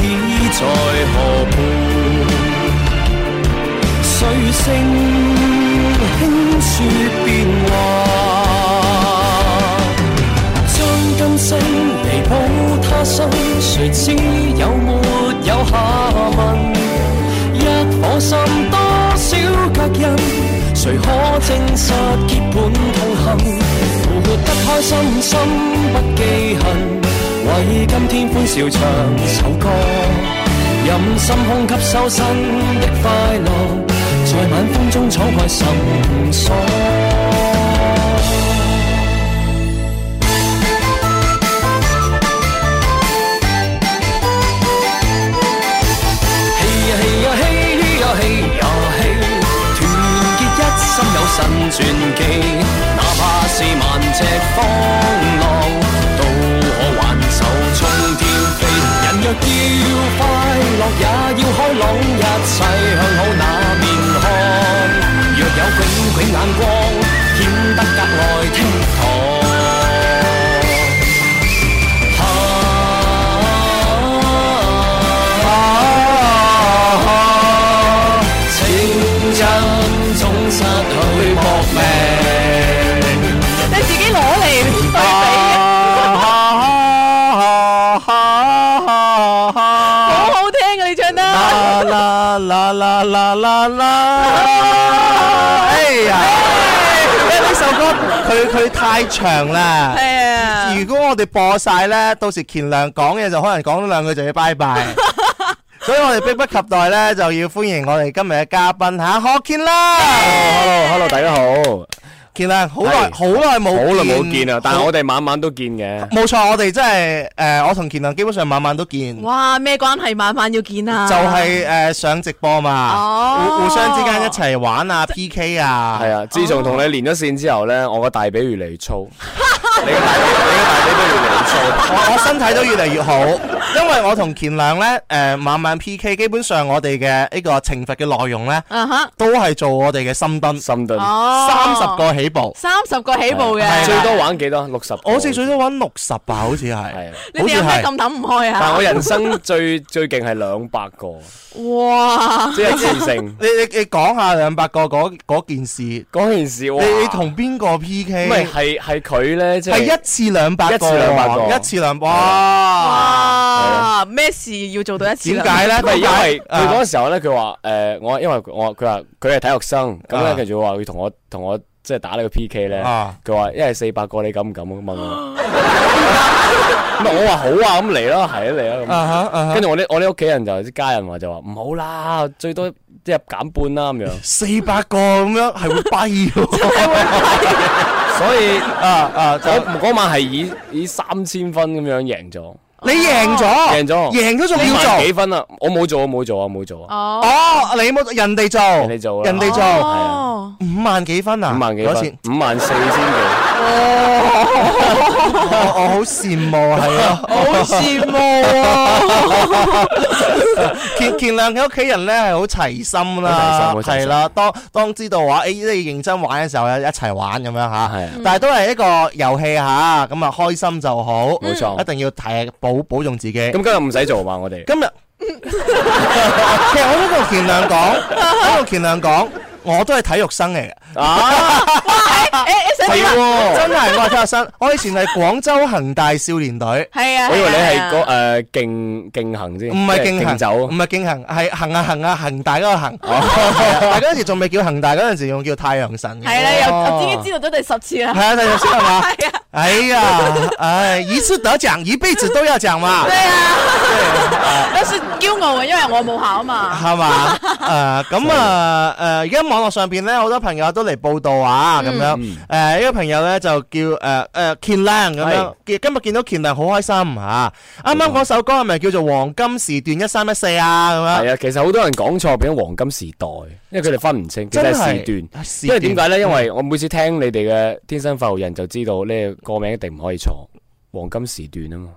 已在河畔。水聲輕說變幻，將今生彌補他生，誰知有沒有下文？一顆心多少隔人，誰可證實結伴同行？活得開心，心不記恨，為今天歡笑唱首歌。任心胸吸收新的快樂，在晚風中敞開心鎖。嘿呀嘿呀嘿呀嘿呀嘿，團結一心有新傳奇。哪怕是萬尺風浪，都可挽手衝天飛。人若要快樂，也要開朗，一切向好那面看。若有炯炯眼光，顯得格外倜儻。青春總失去搏命，
你自己攞嚟對比，好好聽啊！你唱得，
啦啦啦啦啦啦！哎呀，因為呢首歌佢佢太長啦。
係啊，
如果我哋播晒咧，到時乾亮講嘢就可能講多兩句就要拜拜。所以我哋迫不及待咧，就要歡迎我哋今日嘅嘉賓吓何健啦。
Hello，Hello，大家好，好
健啦，好耐
係
好耐冇
耐冇見啊！但係我哋晚晚都見嘅，
冇錯，我哋真係诶，誒我同健亮基本上晚晚都見，就
哇，咩關係晚晚要見啊？
係诶上直播嘛，
哦
互互相之間一齊玩啊 PK 啊，
係啊！自從同你連咗線之後咧，我個大髀越嚟越 粗，你個大髀，你個大髀都越嚟越粗。
我我身體都越嚟越好，因為我同健亮咧诶晚晚 PK，基本上我哋嘅呢個懲罰嘅內容咧，
啊哈，
都係做我哋嘅深蹲，
深蹲
哦，
三十個起步，
三十個起步
係
嘅，
最多玩幾多？六十。
我最最都玩六十吧，好似
係
係，
啊。
你哋有咩
好似係
咁抌唔開
但係
啊
我？人 生最最勁係兩百個，
哇！
即係自成
你你你講下兩百個嗰嗰件事，你
嗰件事。哇
你同邊個
唔係
PK？
係係佢咧，即
係
係
一次兩百個
一次兩百
喎，
個啊
一次兩哇！
哇！啊咩事要做到一次
點
兩？
解咧？
唔係因為
啊
佢嗰時候咧，佢話誒我因為我佢話佢係體育生，咁
啊
咧跟住佢話要同我同我即係打呢個 P K 咧
啊，
佢話一係四百個你敢唔敢啊問我，咁我話好啊，咁嚟啦，係啊嚟
啊
啦
哈啊
咁，
哈
跟住我啲我啲屋企人就啲家人話就話唔好啦，最多即係減半啦咁樣，
四百個咁樣係會跛 喎，
所以
啊啊！就
嗰嗰晚係以以三千分咁樣贏咗，
你贏咗，
哦贏咗
贏咗仲要
呢晚
做
幾分啊？我冇做，我冇做，我冇做啊，
哦
哦！你冇人哋做，
人哋做啦
人哋做
係啊
哦，
五萬幾分啊！
五萬幾
嗰次
分，五萬四千幾。
我我好羨慕啊，係啊！
好羨慕啊！
健健亮嘅屋企人咧係好齊心啦，
啊好齊心好齊心
係啦，當當知道話，誒、你認真玩嘅時候咧，一齊玩咁樣吓，
係啊
但係都係一個遊戲吓，咁啊開心就好，冇
錯
一定要提保保重自己。
咁今日唔使做嘛，我哋。
今日 其實我都同健亮 講，我都同健亮講，我都係體育生嚟嘅，
啊，
誒誒，想
係
點啊？
喎，
真係我係體育生，我以前係廣州恒大少年隊。
係啊，
我以為你係
係
個
啊
誒競競行先，
唔係勁行，
走。
唔係勁行，係行啊行啊恒大嗰個行。 但嗰陣時仲未叫恒大，嗰陣時仲叫太陽神嘅。
係
哦
啦，又我已經知道咗第十次
係
啦。
啊，太陽神係嘛？
係啊，
哎呀，唉，一次得獎，一輩子都要獎嘛，
對啊，我算驕傲啊，因為我冇考啊嘛。
係嘛？誒咁啊誒，而家網絡上邊咧，好多朋友都嚟報道啊，咁樣誒，一個朋友咧就叫誒誒健亮咁樣
係，
見今日見到健亮好開心嚇。啱啱嗰首歌係咪叫做《黃金時段一三一四》啊？咁樣
係啊，其實好多人講錯，變咗黃金時代，因為佢哋分唔清，其實係時段。
時
因為點解咧？因
嗯
為我每次聽你哋嘅《天生發號人》，就知道呢個名一定唔可以錯，黃金時段啊嘛。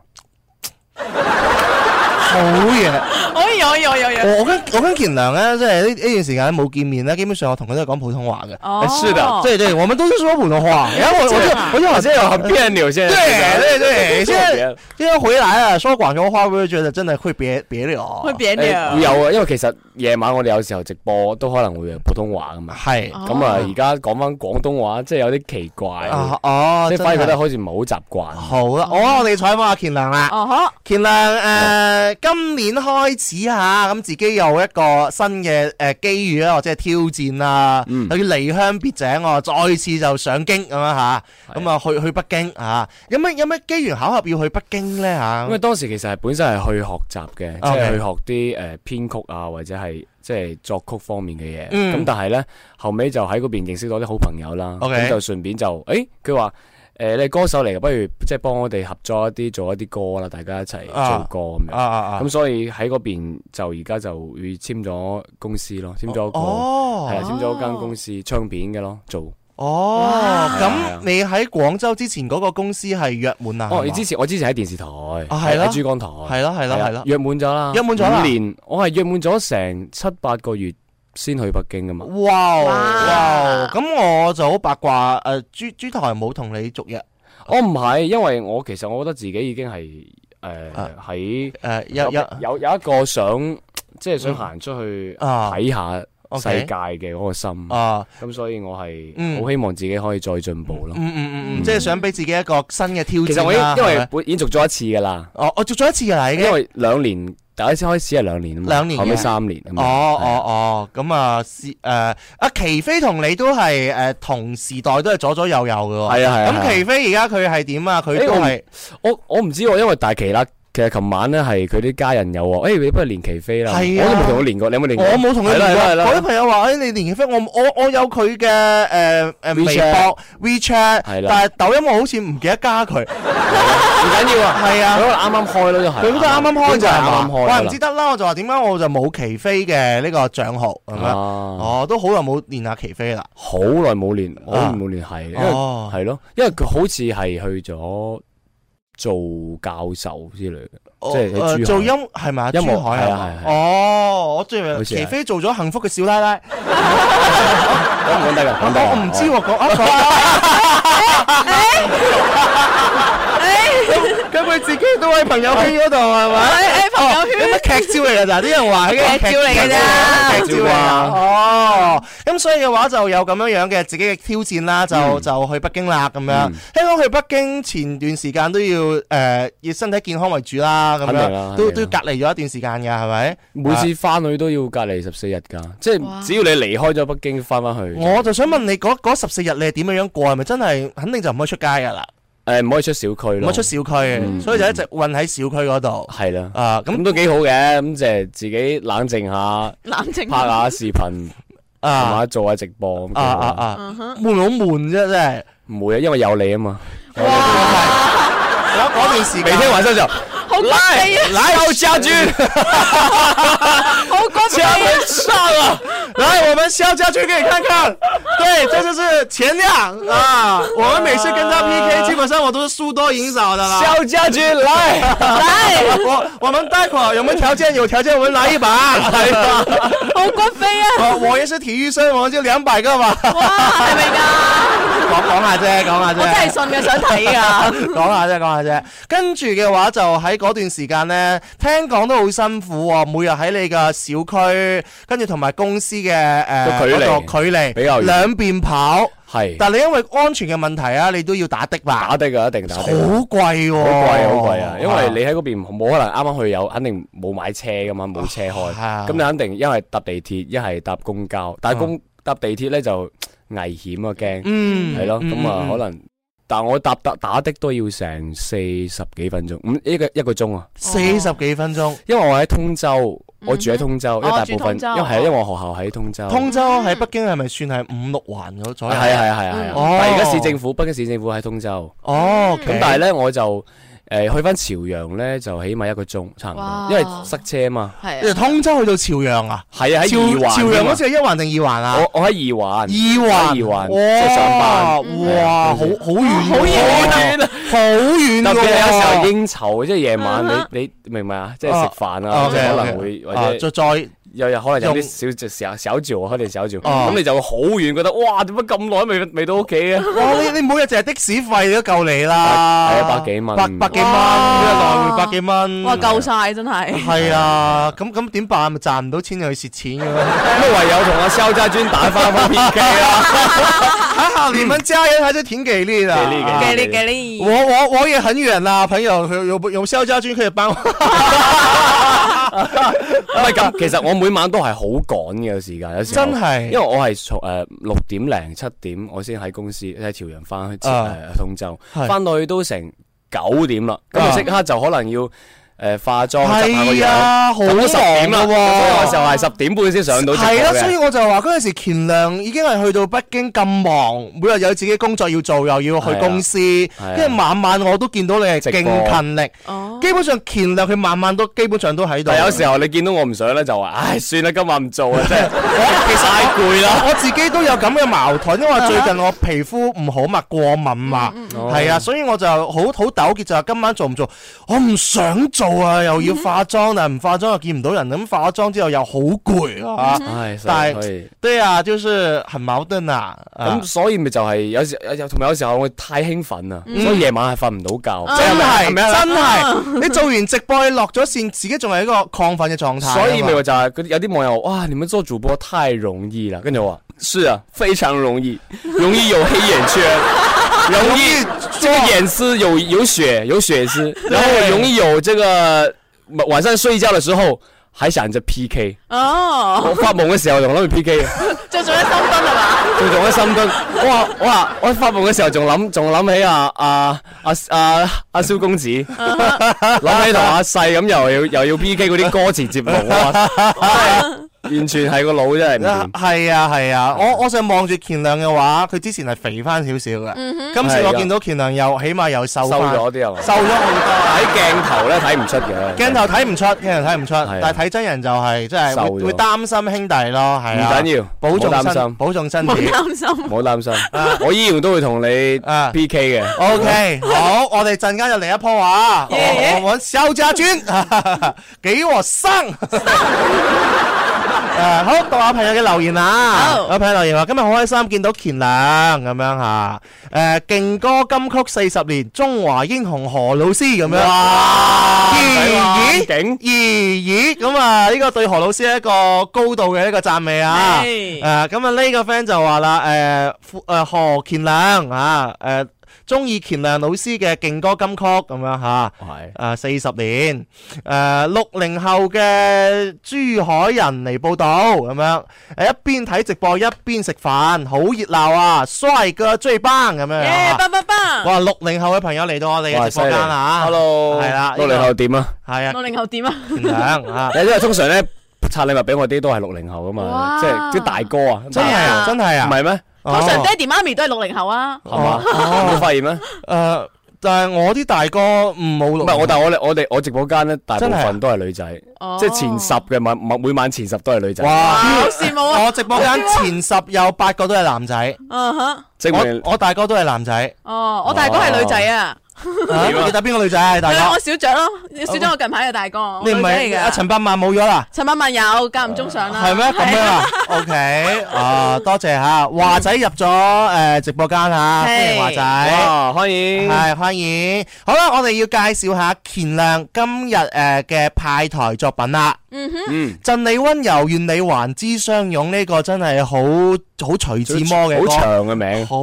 好嘢。
可以，可以，可以，可以。
我我跟我跟健良咧，即係呢呢段時間冇見面咧，基本上我同佢都係講普通話嘅。
哦
是的
對對，我們都是說普通 話。然後我我就我就好像有很別
別扭先。
對對對，現
特
在
別
現在回來啊，說廣州話，我就覺得真的會別別扭。
會扁你啊
誒會有啊，因為其實夜晚我哋有時候直播都可能會有普通話噶嘛。
係
咁啊，而家講翻廣東話，即係有啲奇怪。
啊哦，
即係
真
反而覺
係哦
得好似唔係好習慣。
好啦。我我哋採訪下健良啦。
哦呵，
健亮誒，呃今年開始嚇，咁自己有一個新嘅誒機遇啦，或者係挑戰啦，
嗯
又要離鄉別井喎，再次就上京咁樣嚇，
係
咁啊去去北京嚇，有咩有咩機緣巧合要去北京咧嚇
因？啊為當時其實係本身係去學習嘅，即
OK
係去學啲誒編曲啊，或者係即係作曲方面嘅嘢。
嗯
咁但係呢，後尾就喺嗰邊認識到啲好朋友啦。
OK
咁就順便就誒，佢話誒你係歌手嚟嘅，不如即係幫我哋合作一啲做一啲歌啦，大家一齊做歌咁
啊
樣。
啊啊！
咁所以喺嗰邊就而家就會簽咗公司咯，簽咗個
哦
係啊，簽咗間公司唱片嘅咯，做。
哦，
哇
咁你喺廣州之前嗰個公司係約滿啊？
哦，
係
你
嘛啊
之前我之前喺電視台，
係
喺
咯
喺珠江台，啊
係咯係咯係咯
約滿咗啦，
約滿咗啦
五年，我係約滿咗成七八個月先去北京噶
哦
嘛。
哇哇
哇！
咁我就好八卦誒，珠珠台冇同你續約
我哦唔係，因為我其實我覺得自己已經係誒
啊
喺
誒，有有嗯
有有一個想即係想行出去
啊
睇下
OK
世界嘅嗰個心，
啊。
咁所以我係
嗯
好希望自己可以再進步咯。
嗯嗯嗯嗯，即係想俾自己一個新嘅挑
其實
戰
我已
啦。
因
係
為
咪
本已經續咗一次噶啦，
哦，我做咗一次㗎啦，已
因
經。哦
為兩年第一次開始係兩年啊嘛，
兩年嘅
後尾三年啊
哦
嘛。係
哦哦，咁啊，是誒阿奇飛同你都係誒同時代都係左左右右嘅喎。
係啊係啊係啊
咁奇飛而家佢係點啊？佢都係
我我唔知喎，因為但係奇啦，其實琴晚咧係佢啲家人有話，誒你不如連期飛啦，我
係啊
都冇同佢連過，你有冇連過？
我冇同佢
啊係啦
聯
係
絡過。我
啦係
啲
啦
朋友話：，哎誒，你連結 friend，我我我有佢嘅誒誒微
WeChat
博 WeChat，
係啦
但係抖音我好似唔記得加佢，
唔緊要啊，
係啊
佢可能啱啱開咯，都係
佢都啱啱開咋係
啱
嘛
啱？開
我
啦
話唔知得啦，我就話點解我就冇奇飛嘅呢個帳號咁樣。
啊，
哦，都好耐冇練下奇飛啦。
好耐冇連，好
啊
耐冇聯繫，因為
哦
係咯，因為佢好似係去咗做教授之類嘅，
哦
即係喺
誒
珠海
做音係咪啊？
音樂
珠海啊
係啊
嘛
係係
哦，我最
好似係
奇飛做咗幸福嘅少奶奶，
講唔講得㗎？講得㗎
我唔知喎，講啊講。咁佢自己都喺朋友圈嗰度係咪？
喺朋友圈
咁劇照嚟㗎咋？啲人話呢個
劇照嚟㗎咋
劇照嚟㗎哦，咁所以嘅話就有咁樣樣嘅自己嘅挑戰啦，
嗯
就就去北京啦咁樣。香港去北京前段時間都要誒以身體健康為主啦，咁
肯定啦
樣都
肯
都要
定啦
隔離咗一段時間㗎，係咪？啊
每次翻去都要隔離十四日㗎，即係只要你離開咗北京翻翻去，
我就想問你嗰嗰十四日你係點樣樣過？係咪真係肯定就唔可以出街㗎啦？
誒唔可以出小區
唔
咯，
可以出小區，所以就一直韞喺小區嗰度。
係啦，
啊，咁嗯
咁都幾好嘅，咁即係自己冷靜下，
冷靜
拍下視頻，同
啊
埋做下直播，咁幾
啊
好
啊
啊
啊，悶好悶啫，真係。
唔會啊，因為有你啊嘛，
嗰嗰段時
每
間，
天晚上就
好骨氣啊，
來到家居，
好骨氣
家
啊！
門上啊，
來，我們肖家俊给你看看。对，这就是前亮啊！我们每次跟他 PK，基本上我都是输多赢少的啦。
肖家居來，
我我们贷款有没有条件？有条件我们来一把。哎呀
好骨飛啊！
哦
啊我也是体育生，我们就兩百個吧。
哇，係咪
啊
㗎？
講講下啫，講下啫。
我真係信嘅，想睇啊 㗎。
啊
嗯
講下啫，講下啫。跟住嘅話就喺嗰段時間呢，聽講都好辛苦喎。每日喺你嘅小區，跟住同埋公司嘅誒
個距離
嗰個距離
比較遠
兩邊跑。
係
但你因為安全嘅問題啊，你都要打的吧？
打的㗎，一定打
好
的㗎。
貴喎，
好貴好貴啊！因為你喺嗰邊冇可能啱啱去有，肯定冇買車噶嘛，冇車開。
係啊
咁你肯定一係搭地鐵，一係搭公交。但係公搭地鐵咧就危險啊，驚
嗯
係咯。
嗯
咁啊
嗯，
可能但我搭搭打的都要成四十幾分鐘，五一個一個鐘啊。
四十幾分鐘。
因為我喺通州，我住喺通州，
嗯
因為大部
哦住通
分
州
因為係因為我學校喺通州。
通州喺北京係咪算係五六環嗰左
嗯係
右？
啊係啊係啊係啊！
哦
但係而家市政府，北京市政府喺通州。
哦，咁
咁但係咧，我就誒去翻朝陽咧，就起碼一個鐘差唔
哇
多，因為塞車啊嘛。
係
你由
啊，
通州去到朝陽啊？
係啊，喺
朝
二環
朝陽
添啊
嗰次係一環定二環啊？
我我喺二
二
環，
環，
二環
哇
即係上班
哇，好好遠，好遠啊，好遠
特
㗎
別係有時候
喎。
應酬，即係夜
嗯
晚
啊
你你明唔明啊？即係食飯
啊
啊，即係
OK，OK
可能會
啊
或
再
者
再
有日可能有
用
啲小隻小小酒，開定小酒，
哦
咁你就會好遠覺得哇，點解咁耐都未未到屋企啊？
哇！你你每日淨係的士費都夠你啦，
係啊百幾蚊
百百幾蚊，
哇
一日來回百幾蚊，
哇，夠晒真係。
係啊！咁咁點辦？咪賺唔到錢又去蝕錢咁樣。
咁唯有同阿肖家專打翻翻 PK 啦。
啊，你們家人還是挺給力的。
給力
嘅
嘅
呢嘅呢。
我我我也很遠啦，朋友有有有肖家軍可以幫我。
唔係咁，其實我每晚都係好趕嘅有時間，有時候
真係
因為我係從誒六點零七點我先喺公司喺朝陽翻去
啊
誒通州，
係
翻到去都成九點啦，咁
啊
就即刻就可能要誒化妝執下個
係
樣，
啊，好
咁都十點啦，
忙㗎
所以我
喎
就係十點半先上到直播
係啦，所以
嘅。
我就話嗰陣時，乾亮已經係去到北京咁忙，每日有自己工作要做，又要去公司，
啊
跟住晚晚我都見到你係
直播
勁勤力。
哦，
基本上乾亮佢晚晚都基本上都喺度。
啊但有時候你見到我唔上咧，就話唉算啦，今晚唔做啊，真 係
其實
太攰啦。
我自己都有咁嘅矛盾，因為最近我皮膚唔好嘛，過敏嘛，
哦
係啊，所以我就好好糾結，就係今晚做唔做？我唔想做啊，又要化妝，但係唔化妝又見唔到人，咁化咗妝之後又好攰啊。
唉，
但
所以
係對啊，就是很矛盾啊。啊
咁所以咪就係有時有有同埋有時候我太興奮啊，所以夜晚係瞓唔到覺。
真係
係咪啊
真係，你做完直播你落咗線，自己仲係一個亢奮嘅狀態啊嘛。
所以咪話就係嗰啲有啲網友話哇，你們做主播太容易啦，跟住我話是啊，非常容 易，容易有黑眼圈， 容易這個眼絲有有血有血絲，然後容易有這個晚上睡覺的時候。还想着 P K，
哦，
我发梦嘅时候仲諗住 P K 嘅，
最做咗深蹲係嘛？
仲仲喺深蹲，哇哇！我發夢嘅時候仲諗仲諗起啊啊啊啊阿蕭公子，諗起同阿細咁又要又要 P K 嗰啲歌詞節目，哇！真係完全係個腦真係唔掂。
系啊系啊，
嗯
我我想望住乾亮嘅話，佢之前係肥翻少少嘅，
嗯
今次
係
我
㗎
見到乾亮又起碼又瘦
收
返
咗啲係嘛
瘦咗好多啊
喺鏡頭咧睇唔出嘅，
鏡頭睇唔出，鏡頭睇唔出，
係啊
但係睇真人就係真係
瘦
會
咗
會擔心兄弟咯，係啊，
唔緊要
保
唔好
重
擔
身
心
保重身
冇
體。
擔心。
唔好擔心，我依然都會同你
啊
P K 嘅。
O K，好，我哋陣間就嚟一鋪啊！
耶
我揾肖家娟， 幾和生。 誒好，讀下朋友嘅留言啊！
好
有朋友留言話：今日好開心見到乾亮咁樣嚇，誒勁歌金曲四十年，中華英雄何老師咁樣。
哇
咦咦
景
咦咦咁啊！呢個對何老師一個高度嘅一個讚美啊！誒
係
咁啊呢個 friend 就話啦誒富誒何乾亮啊誒中意乾亮老師嘅勁歌金曲咁樣嚇。誒
係
四十年，誒六零後嘅珠海人嚟報道咁樣，誒一邊睇直播一邊食飯，好熱鬧啊！帥哥追班咁樣
耶，
啊，
棒棒棒！
哇！六零後嘅朋友嚟到我哋嘅
哇
直播間啦嚇啊
Hello，
係啦，
六零後點啊？
係啊，
六零後點啊？
乾亮啊！
因為通常咧拆禮物俾我啲都係六零後噶嘛，
哇
即係啲大哥啊，
真係啊，真係啊，
唔係咩？
哦
通常爹哋媽咪都係六零後啊。
係嘛？
哦
冇發現咩？
誒，但係我啲大哥唔冇
唔
錄，
係我，但係我哋我哋我直播間咧，大部
真係啊
分都係女仔，
哦
即係前十嘅晚晚每晚前十都係女仔，
哇，
哇！
好羨慕啊！
我直播間前十有八個都係男仔，
嗯哼，
證明
我我大哥都係男仔，
哦，我大哥係女仔啊，
啊你打邊個女仔啊？大
係啊我
哥，
小雀咯，小雀我近排嘅大哥，我
你唔
女仔嚟
係阿
噶。
陳百萬冇咗啦？
陳百萬有間唔中上啦，
係咩咁樣
係啊？
啊？OK，啊多謝嚇，華仔入咗誒直播間嚇，歡迎華仔。
哇，歡迎
系歡迎，好啦，我哋要介紹下乾亮今日诶嘅派台作品啦。
嗯
哼，
嗯
贈你温柔，願你還之相擁，呢個真係好好徐志摩嘅歌，哦啊
好長嘅名，
好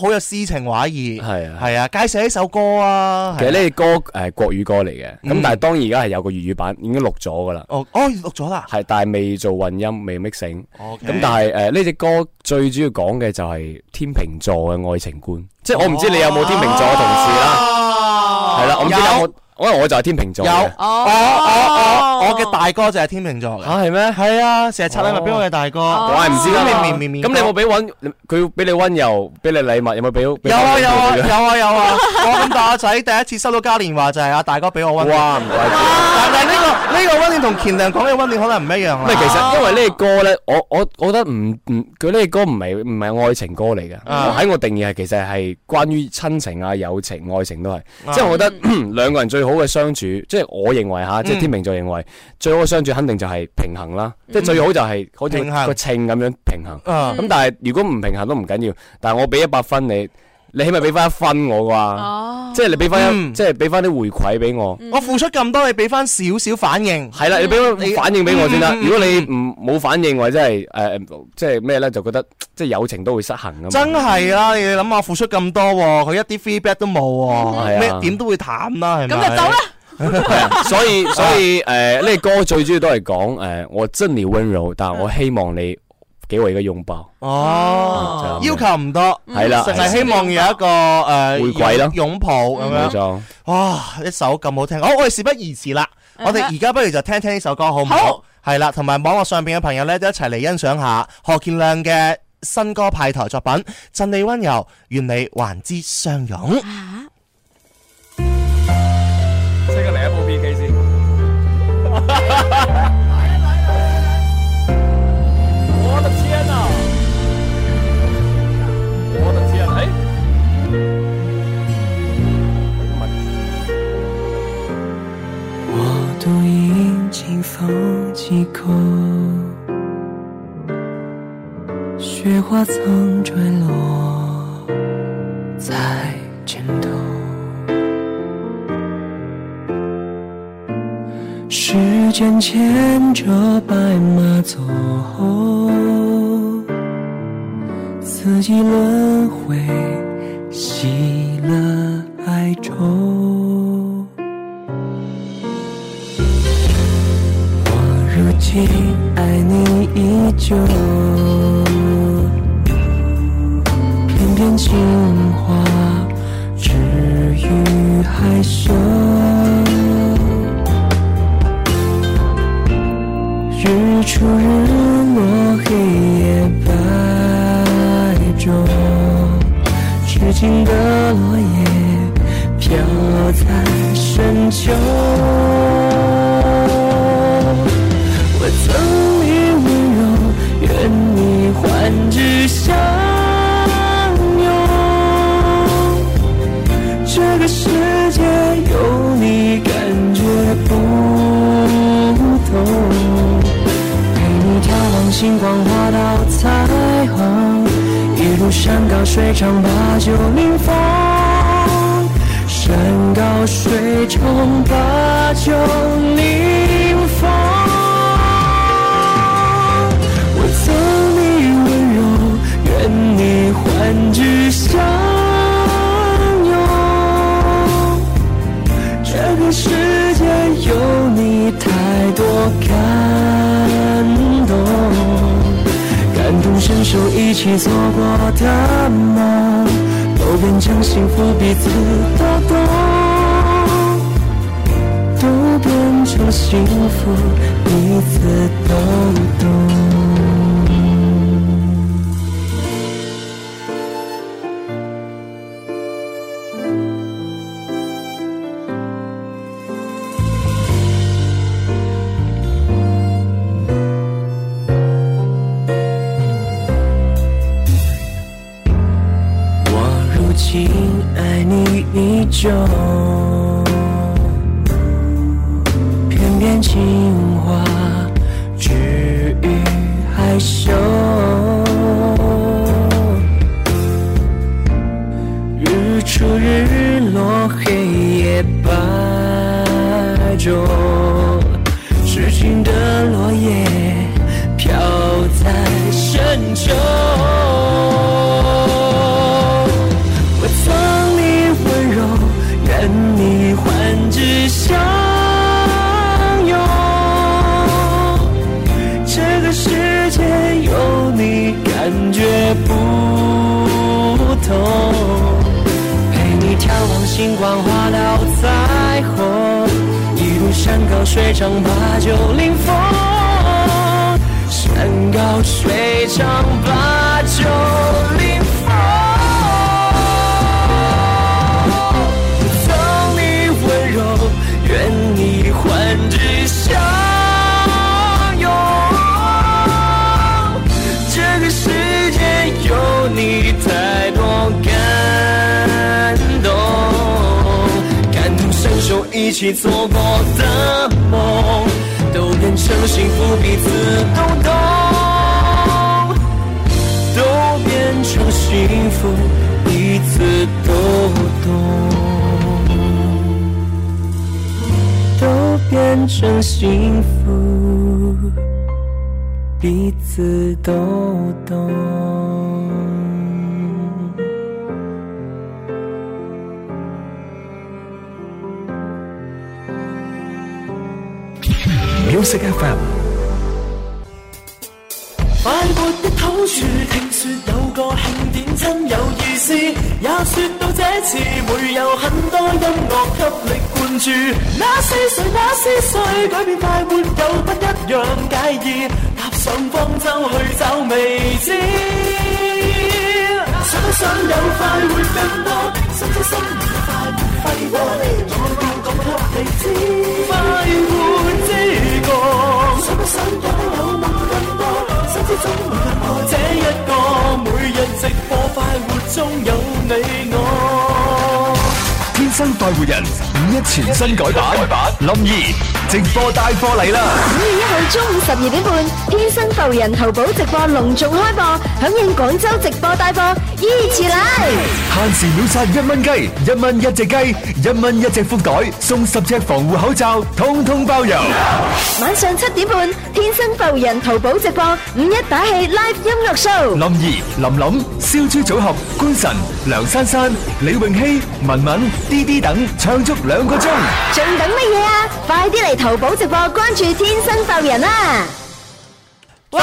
好有詩情畫意。
啊係啊。
係啊，介紹呢首歌啊。
其
係
實
啊
呢啲歌誒國語歌嚟嘅，
嗯
咁但係當然而家係有個粵語版已經錄咗噶啦，
哦哦錄咗啦。
係但係未做混音，未 mixing。
OK
咁但係誒呢只歌最主要講嘅就係天秤座嘅愛情觀，即係我唔知你有冇天秤座嘅同事
哦啦
啦，係啦，我唔知有冇，因為我就係天秤座
啊有
嘅。
我我我我嘅大哥就係天秤座嘅。
嚇係咩？
係啊，成日拆禮物俾我嘅大哥，
我
我
係唔知啦。
面面面
啊咁你有冇俾温？佢俾你温柔，俾你禮物，有冇俾？俾
有啊有啊
俾佢
有啊有啊！我咁大個仔第一次收到嘉年華就係阿大哥俾我温暖，
哇，唔怪之。
但係呢個呢個温暖同乾亮講嘅温暖可能唔一樣
唔係，
啦。
其實因為呢個歌咧，我我我覺得唔唔，佢呢個歌唔係唔係愛情歌嚟嘅。
啊
喺我定義係其實係關於親情啊、友情、愛情都係。
啊
即係我覺得 兩個人最好嘅相處，即係我認為
嗯
吓，即係天秤座認為最好嘅相處肯定就係平衡啦。即係最好就係好似
嗯平衡
個秤咁樣平衡。
嗯
咁但係如果唔平衡都唔緊要，但係我俾一百分你，你起碼俾翻一分我啩？
哦，嗯
即係你俾翻一，
嗯
即係俾翻啲回饋俾我。
我付出咁多，你俾翻少少反應，
係啦，你俾
你
個反應俾我先啦。
嗯嗯嗯
如果你唔冇反應或者係诶，誒即係咩咧，就覺得即係友情都會失衡噶
真
嘛。
係啦！你諗下付出咁多喎，佢一啲 feedback 都冇
嗯
喎，
係啊
咩點都會淡啦，係咪？
咁就走啦。
係啊所以所以诶，呢個歌最主要都係講诶，我真你温柔，但我希望你給我一個擁抱。
哦，
嗯就
要
係咁
求唔多，
係啦
淨係
係
希望有一個誒
回饋咯嗯
擁抱咁
冇
樣。
錯，
哇！一首咁好聽，好，我哋事不宜遲啦，我哋而家不如就聽聽呢首歌好唔好
嗯好？
係啦，同埋網絡上邊嘅朋友呢，都一齊嚟欣賞下何健亮嘅新歌派台作品《贈你温柔，願你還之相擁》。
即刻嚟一部 P K 先。我的天啊！我的天，哎，
我的眼睛放几口，雪花曾坠落在枕头，时间牵着白马走后，四季轮回，喜乐哀愁。我如情，爱你依旧。片片情话，止于害羞。日出日落，黑夜白昼，痴情的落叶飘在深秋。我曾以温柔，愿你换之相拥。这个世界有你，感觉不同。陪你眺望星光化到彩虹，一路山高水长把酒鸣放，山高水长把酒凝放。我赠你温柔，愿你换之相拥。这个世界有你太多感动，感同身受一起做过的梦，都变成幸福彼此都懂，都变成幸福彼此都懂。我如今爱你依旧，偏偏情话止于害羞。日出日落，黑夜白昼，痴情的落叶飘在深秋。我赠你温柔，愿你换之相拥。这个世界有你，感觉不同。陪你眺望星光化到彩虹，一路山高水长把酒临风，山高水长把酒临风。赠你温柔，愿你换之相拥。这个世界有你太多感动，感同身受一起做过的梦，都变成幸福彼此都懂，都变成幸福彼此都懂，都变成幸福。彼此都懂。
Music FM
快活的好處，聽說有個慶典真有意思，也說到這次會有很多音樂給力灌注。那是誰？那是誰？改變快活有不一樣介意，踏上方舟去找未知。想想有快活更多，心知心明快活揮霍，我要講給你知，快活之國。想不想有有夢更多？心之中無人愛這一個，每日直播快活中有你我。
天生快活人五一全新改版，林兒直播帶貨嚟啦！
五月一號中午十二點半，天生浮人淘寶直播隆重開播，響應廣州直播帶貨，依次嚟！
限時秒殺一蚊雞，一蚊一隻雞，一蚊一隻福袋，送十隻防護口罩，通通包郵。
晚上七點半，天生浮人淘寶直播五一打氣 live 音樂 show，
林怡、林林、燒豬組合、官神、梁珊珊、李永熙、文文、D D 等唱足兩個鐘。
仲等乜嘢啊？快啲嚟淘寶直播關注天生浮人啦！
哇！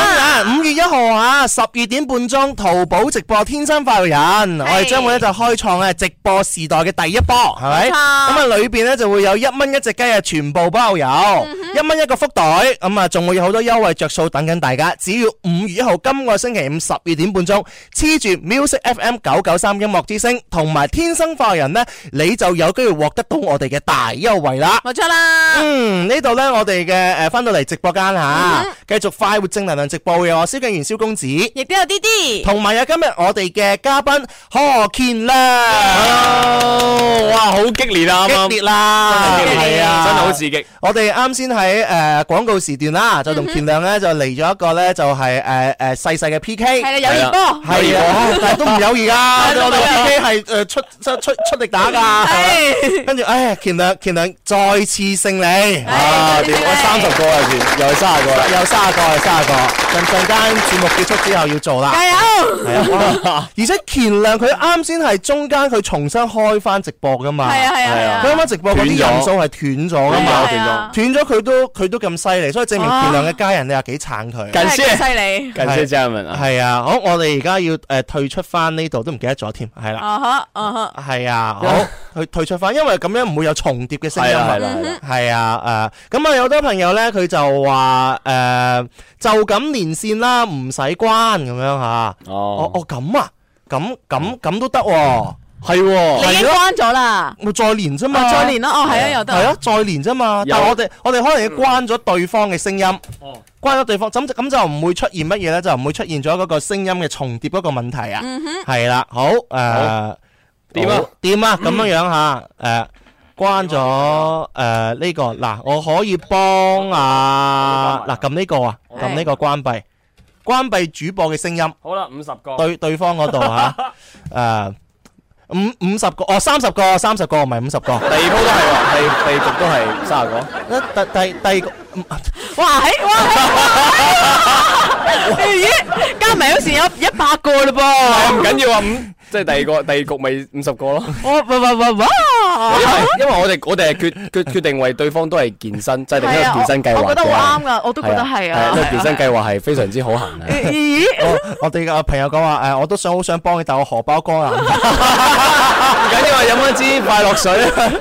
五月一號啊，十二點半鐘，淘寶直播《天生快活人》，我哋將會咧就開創咧直播時代嘅第一波，係咪？咁啊，裏邊咧就會有一蚊一隻雞啊，全部包郵，一蚊一個福袋，咁啊，仲會有好多優惠着數等緊大家。只要五月一號今個星期五十二點半鐘，黐住 Music FM 九九三音樂之聲同埋《天生快活人》呢，你就有機會獲得到我哋嘅大優惠啦。
冇錯啦，
嗯，呢度呢，我哋嘅誒呃翻到嚟直播間
嗯
嚇，繼續快活正能量直播嘅我蕭敬元蕭公子，
亦都有啲啲。
同埋有今日我哋嘅嘉賓何健亮，
哇，好激烈啊！
激
啱啱
烈啦，
真係激烈
係啊
真係好刺激。
我哋啱先喺誒廣告時段啦，就同健亮
嗯
呢，就嚟咗一個呢，就係誒誒細細嘅 P K，
係
啊
啦，有熱波。
係啊，但係都唔友誼啊 㗎，我哋 P K 係誒出出出出力打㗎係嘛，跟住唉，健亮健亮再次勝利。
啊！點我三十個啊，又係三十個啦。
有三十個，有三十個。陣陣間節目結束之後要做啦。
加油！
係啊， 而且乾亮佢啱先係中間佢重新開翻直播噶嘛。
係啊係啊係啊
佢啱啱直播嗰啲
斷咗
人數係斷咗噶
係啊
嘛。
係啊
斷咗佢都佢都咁犀利，所以證明
啊
乾亮嘅家人你又幾撐佢。
感
真係咁
謝，
犀利。
感謝家人們啊！
係啊，好，我哋而家要誒退出翻呢度，都唔記得咗添。係啦，
啊哈啊哈，
係啊，好，去退出翻，因為咁樣唔會有重疊嘅聲音
係啦
啊
係。啦
嗯
係
係啦，
啊，誒，咁啊，有好多朋友咧，佢就話誒，就咁連線啦，唔使關咁樣吓。哦
哦，
哦，咁啊，咁咁咁都得喎，係
你已
喎，
經關咗啦。
咪再連啫嘛，
哦，再連啦。哦，係啊，又得。
係啊，再連啫嘛。
有
但係我哋我哋可能要關咗對方嘅聲音，關咗對方，咁咁就唔會出現乜嘢咧，就唔會出現咗嗰個聲音嘅重疊嗰個問題啊。係啦，好誒，
點啊
好點啊，咁樣樣吓誒。關咗誒呢個嗱，我可以幫啊嗱撳呢個啊，撳呢個關閉，關閉主播嘅聲音。
好啦，五十個
對對方嗰度 吓，誒五五十個哦三十個三十個唔係五十 個，
第二鋪都係喎，第第二局都係三十個。
第第第二個嗯
哇，喺哇喺，咦，加埋有時有一百個嘞
唔
噃。
緊要啊，五即係 第二個第二局咪五十個咯。
我哇哇哇哇！
因為我哋我哋係決決決定為對方都係健身，制定一
係
個
啊，
健身計劃嘅。
我覺得好啱噶，我都覺得係啊
呢。個健身計劃係非常之好行啊嘅。
咦？
我我哋嘅朋友講話誒，我都想好想幫你，但我荷包乾啊，
唔緊要啊，飲一支快樂水。啊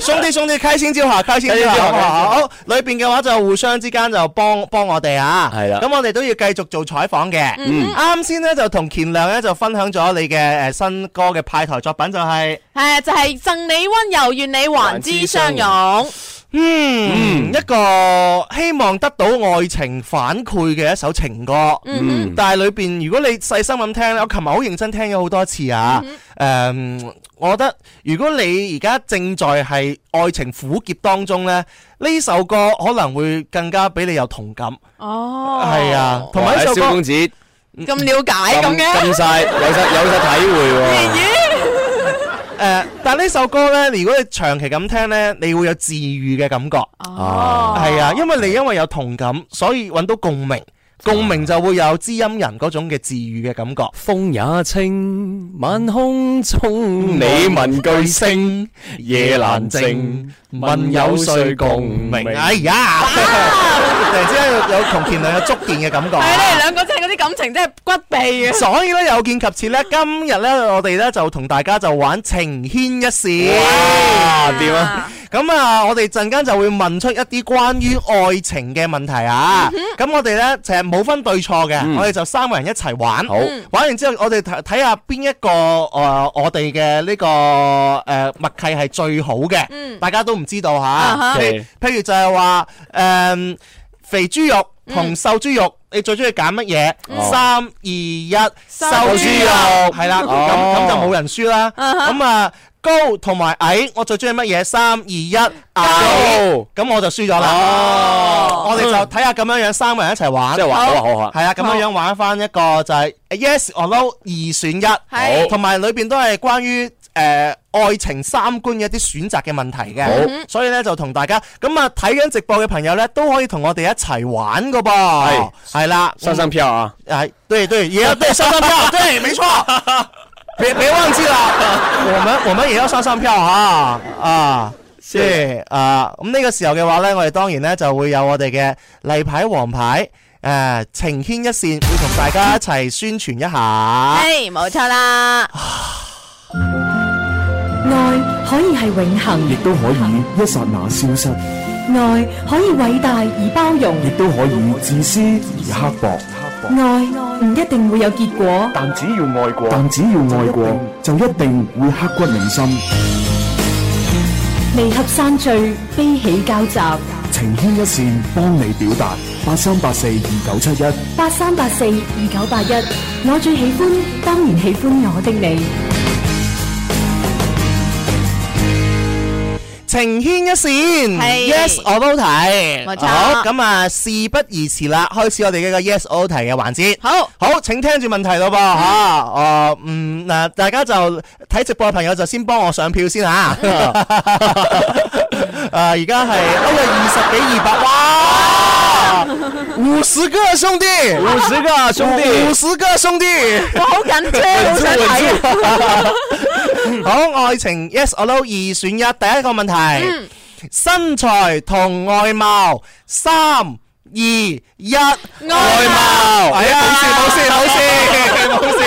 兄弟兄弟開心就好，開心就
開心就
好
好
好好，好裏邊嘅話就互相之間就幫幫我哋啊，
係啦嗯
咁我哋都要繼續做採訪嘅，啱先咧就同乾亮咧就分享咗你嘅誒新歌嘅派台作品就係。
係就係贈你溫柔，願你還之相擁。
嗯，一個希望得到愛情反饋嘅一首情歌，
嗯
但係裏邊如果你細心咁聽咧，我琴日好認真聽咗好多次啊。
嗯
誒、我覺得如果你而家正在係愛情苦澀當中呢，呢首歌可能會更加俾你有同感。
哦，
係、啊，同埋呢首
蕭
歌
公子咁
咁了解咁嘅。
咁晒，有晒有晒體會喎。
誒、但係呢首歌呢，如果你長期咁聽呢，你會有治愈嘅感覺。
哦
係啊，因為你因為有同感，所以揾到共鳴，共鳴就會有知音人嗰種嘅治愈嘅感覺。
風也清，晚空中你問句聲，夜難靜，問有誰共鳴？
哎呀， 突然之間有有同田亮有觸電嘅感覺
係。你哋兩個真係嗰啲感情真係骨痹嘅。
所以咧有見及此咧，今日咧我哋咧就同大家就玩情牽一線。
哇，點啊？
咁啊，我哋陣間就會問出一啲關於愛情嘅問題啊。
嗯
咁我哋呢，就係冇分對錯嘅，我哋就三個人一齊玩。
好嗯
玩完之後我哋睇睇下邊一個誒、呃我哋嘅呢個誒、呃默契係最好嘅。
嗯
大家都唔知道
哈
啊
吓。譬如譬如就係話呃誒肥豬肉同瘦豬肉，你最中意揀乜嘢？
哦
三二一，嗯瘦豬肉哦係啦，咁
哦
咁就冇人輸啦。咁啊高同埋矮，我最中意乜嘢？三二一，矮，
哦，
咁我就輸咗啦。我哋就睇下咁樣樣三個人一齊玩
即。係話好啊，好啊，
係啊，咁樣樣玩翻一個就係 yes or no 二選一，
係
同埋裏邊都係關於诶、愛情三觀嘅一啲選擇嘅問題嘅。
好
所以咧就同大家咁啊睇緊直播嘅朋友咧，都可以同我哋一齊玩噶噃
係。
係啦，
上上票啊！
哎，对对，也要对上上 票，对，没错，别别忘记了，我们我们也要上上票啊啊！即系啊，咁呢個時候嘅話呢，我哋當然呢就會有我哋嘅例牌、黃牌，诶、情牽一線，會同大家一齊宣傳一下。
诶，冇錯啦，
爱可以系永恒，
亦都可以一刹那消失，
爱可以伟大而包容，
亦都可以自私而刻薄。
爱唔一定会有结果。
但只要愛過，但只要愛過，就一定會刻骨銘心。
离合散聚，悲喜交集。
情牽一線，幫你表達。八三八四二九七一。
八三八四二九八一，我最喜欢，当然喜欢我的你。
情牽一線
係
y e s 我都睇。
冇錯
好，咁啊，事不宜遲啦，開始我哋嘅個 Yes or 題嘅環節。
好，
好，請聽住問題咯噃吓，哦，嗯，嗱，大家就睇直播嘅朋友就先幫我上票 先吓。啊，而家係哎呀，二十幾二百，哇，五十個兄弟，
五十个兄
五
弟，
十個兄弟。
我好緊張，好想睇啊！
好，愛情 Yes or No 二選一，第一個問題，身材同外貌，三二一，
外
貌，係啊，冇事冇事冇事冇事，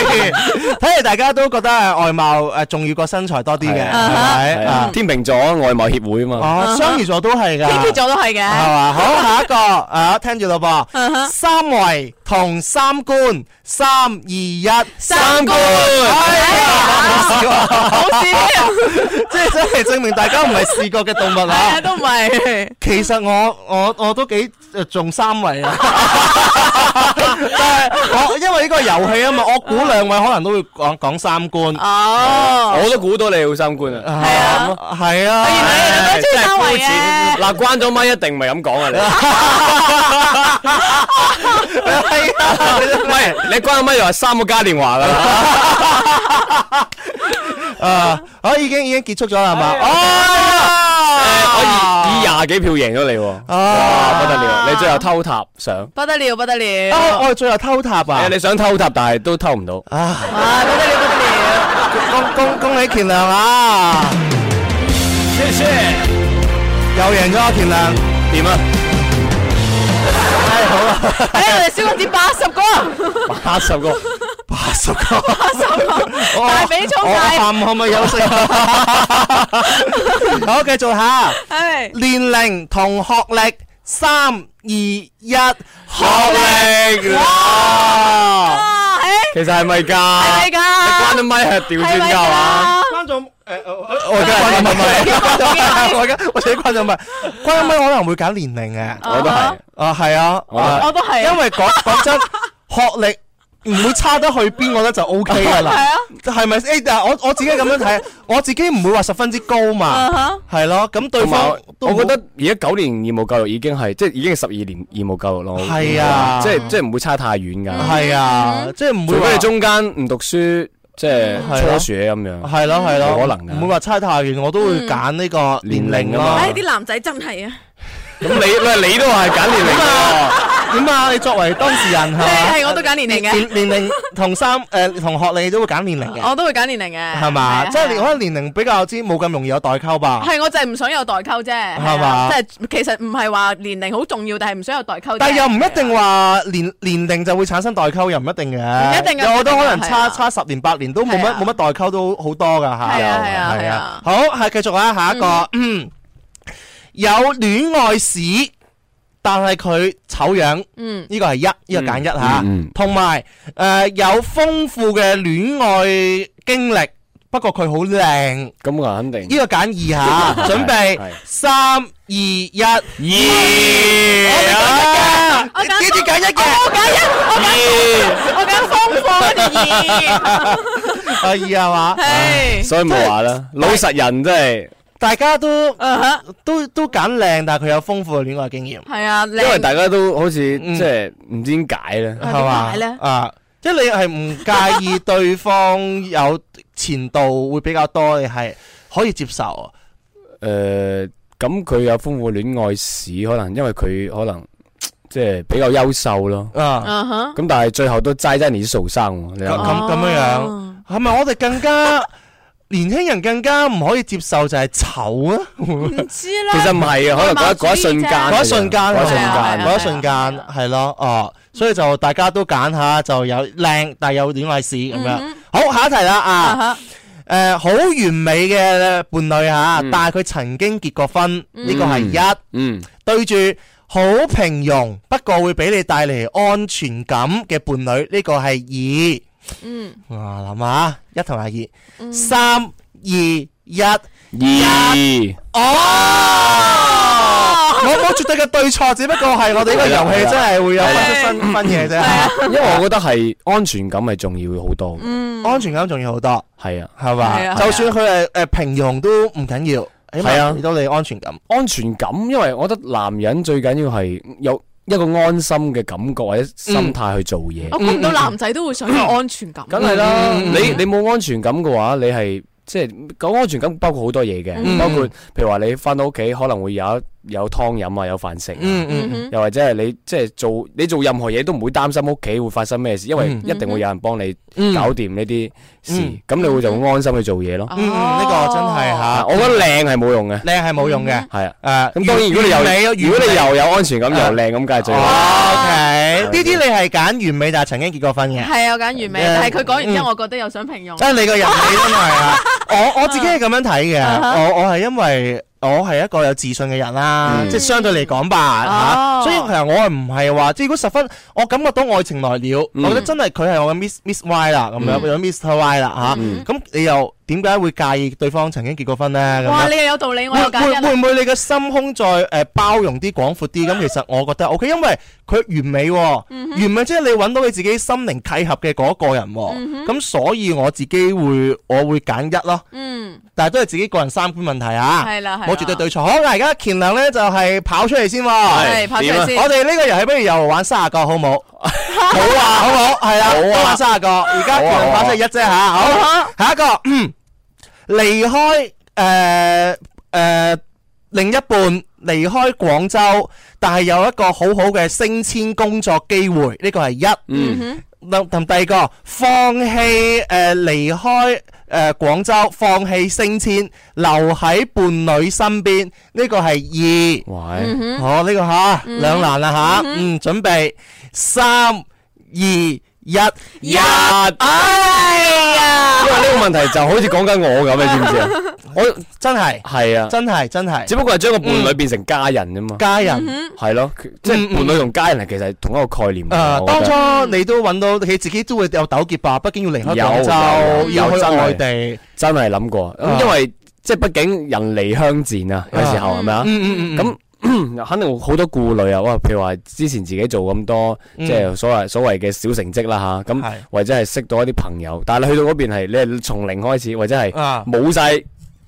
睇嚟大家都覺得誒外貌誒重要過身材多啲嘅，係咪
係啊
啊？
天秤座外貌協會啊嘛，
哦，雙魚座都係㗎，
天蝎座都係嘅，
係嘛？好，下 一個啊，聽住咯
嗯
噃，
哼
三圍同三觀，三二一，
三觀
哎呀冇事喎
好似
即係真係證明大家唔 係視覺嘅動物
係啊，
啊！
都唔係。
其實我我我都幾呃重三位啊，但係我因為呢個遊戲啊嘛，我估兩位可能都會講講三觀，
哦，
我都估到你好三觀啊！
啊係
啊，
係啊，
原來你兩個中意三圍嘅，
嗱，關咗咪一定唔係咁講 啊！你
係啊
唔係你關咗咪又係三個嘉年華啦，
啊，好已經已經結束咗啦係嘛？哦，
啊哎我以以廿幾票贏咗你喎，
啊
哇不得了！你最後偷塔上，
不得了，不得了，
啊，我係最後偷塔啊
誒！你想偷塔但係都偷唔到。
啊！
啊，不得了，不得了。
恭恭恭喜田亮啊！
謝謝。
又贏咗啊田亮，
點啊？
唉好啦，
哎，我哋燒嗰支八十個，
八十個，
八十個，
八十
Ờ.
個，大髀衝
我
晒，
下午可唔可以休 息？啊好，繼續下，
唉，
年齡同學歷，三二一，學
歷
哇！
啊，哎，
其實係咪㗎？
係咪㗎
你關咗咪係調轉㗎係嘛？
關咗誒，我而家關咗咪，我而家我而家關咗咪，關咗咪可能會揀年齡嘅。
我都係。
啊，係啊，
我都係
啊
我都係
因為講講真，學歷唔會差得去邊，我覺得就 O K 噶
係
啦
啊。
係咪先？但係我我自己咁樣睇，我自己唔會話十分之高嘛
哈。
係咯，咁對
同埋
方
我，我覺得而家九年義務教育已經係即係已經係十二年義務教育咯。
係啊
即係即係唔會差太遠㗎。
係啊，即係唔會
除非
話
你中間唔讀書，即係初學咁樣。
係咯係咯，
嗯冇可能㗎
唔會話差太遠，我都會揀呢個年齡
年齡啊
咯
嗯
嘛。
哎，啲男仔真係啊，
咁你喂你都係揀年齡㗎
點啊？你作為當事人 係嘛
係係我都揀年齡啊嘅，
年年齡同三誒同學歷你都會揀年齡嘅
我都會揀年齡嘅，
係嘛？即係
哦係啊
可能年齡比較之冇咁容易有代溝吧。
係我就係唔想有代溝啫，係
嘛
啊即係其實唔係話年齡好重要，但係唔想有代溝啫。
但又唔一定話年年齡就會產生代溝，又唔一定嘅。
啊唔一定嘅
有好多可能差
係啊
差十年八年都冇
係
乜
啊
冇乜代溝都好多噶吓。
係啊係啊係啊
好，係繼續啦，下一個，嗯，有戀愛史，但係佢醜樣，
嗯，
呢個係一，呢個揀一吓
嗯嗯，
同埋诶有豐富嘅戀愛經歷，不過佢好靚，
喎。咁啊，肯定
呢個 揀二吓，準備
係
三二一，二。
我
啊
揀
你你揀一嘅，
我揀一，我揀我揀豐富嗰隻二，
啊二係嘛？
係
所以冇話啦。老實人真係，
大家都
啊哈
都都揀靚，但係佢有豐富嘅戀愛經驗，
係啊，
因為
靚
大家都好似
嗯
即係唔知點解咧。
啊
係嘛
點解咧？
啊，即係你係唔介意對方有前度會比較多，你係可以接受。
诶，呃咁佢有豐富戀愛史，可能因為佢可能即係比較優秀咯。
啊，
啊哈，
咁但係最後都齋真你數生喎，你
咁
諗下
咁咁樣
Ờ.
樣，係咪我哋更加年輕人更加唔可以接受就係醜啊？
唔知啦。
其實唔係啊，可
外
能嗰一
貌主義啫
嗰一瞬間，
嗰一瞬間，
嗰一瞬
係啊係啊
間，
嗰一瞬間
係啊
係咯，哦，所以就大家都揀下，就有靚但有戀愛史咁樣。
嗯
好，下一題啦啊！
啊哈，
誒好完美嘅伴侶嚇，
嗯
但係佢曾經結過婚，呢個係一
嗯，
對住好平庸，不過會俾你帶嚟安全感嘅伴侶，呢個係
嗯，
二。哇，諗下一同埋
嗯
二，三二一，
二
哦，我冇絕對嘅對錯，只不過係我哋呢個遊戲真係啊嗯會有分出新分嘢啫，
因為我覺得係安全感係重要好多嘅，
安全感重要好多，
係啊，
係
係
嘛？
啊
就算佢係誒平庸都唔緊要，起
係啊
碼俾到你安全感。
安全感，因為我覺得男人最緊要係有一個安心嘅感覺或者
嗯
心態去做嘢。
哦
我估唔到男仔都會想有安全感。
梗係啦，
嗯
你你冇安全感嘅話，你係即係講安全感包括好多嘢嘅，
嗯
包括譬如話你翻到屋企可能會有一有湯飲啊，有飯食啊，
嗯嗯。
嗯
又或者係你即係做你做任何嘢都唔會擔心屋企會發生咩事，因為
嗯
一定會有人幫你
嗯
搞掂呢啲事
嗯，
咁你會就會安心去做嘢咯。
哼，
嗯，呢個真係嚇，
啊，我覺得靚係冇用嘅，
靚係冇用嘅。
係啊。
誒，
咁當然如果你
完美咯
又如果
完
你
美
又有安全感
啊
又靚咁，梗係最好啦。
哦 OK，呢
係
啲你係揀完美，但係曾經結過婚嘅。
係啊，我揀完美，
嗯
但係佢講完之後，我覺得又想平庸。
啊，你個人你真係 啊！我我自己係咁樣睇嘅，
啊
我我係因為我係一個有自信嘅人啦，即係相對嚟講吧嚇。
哦
所以其實我係唔係話，即係如果十分，我感覺到愛情來了，我覺得真係佢係我嘅 Miss Miss Y 啦，咁樣有 Miss Y 啦嚇。咁你又點解會介意對方曾經結過婚呢？咁樣
哇，你又有道理，我啊
會
又揀一
會
啦。
會唔會你嘅心胸再誒、呃包容啲、廣闊 啲？咁其實我覺得 OK，因為佢完美喎、
嗯
完美即係你揾到你自己心靈契合嘅嗰個人喎、
嗯
咁、所以我自己會我會揀一咯，
嗯，
但係都係自己個人三觀問題啊，
係啦係啦
冇絕對對錯。好，嗱而家乾亮呢就係、跑出嚟先喎、
係跑出嚟
我
先。
哋呢個遊戲不如又玩三十個好冇？好啊，好唔好？係啦，都玩三十個。而家
好啊
全跑出一啫吓，好，下一個，嗯，離開诶诶另一半，離開廣州，但係有一個好好嘅升遷工作機會，呢個係一。
嗯
同同第二個放棄诶離開诶廣州，放棄升遷，留喺伴侶身邊，呢個係二。
喂，
好呢個吓兩難啦吓，嗯，準備三二一，一，哎呀，
因為呢個問題就好似講緊我咁，你知唔知啊？我
真 係嗯
係啊，
真係真係
只不過係將個伴侶變成家人啫嘛，
家人，
係咯，即係伴侶同家人係其實係同一個概念嚟嗯嘅。
誒，嗯呃啊
我覺
當
得
初你都揾到你自己都會有糾結吧，畢竟要離開廣州，
有有
要去
有真係
外地，
真係諗過，
啊
咁因為即係畢竟人離鄉賤啊，有時候係咪啊？
嗯嗯嗯，
咁肯定好多顧慮啊！哇，譬如話之前自己做咁多，
嗯
即係所謂所謂嘅小成績啦吓，
係
咁或者係識到一啲朋友，但係你去到嗰邊係你係從零開始，或者係
啊
冇晒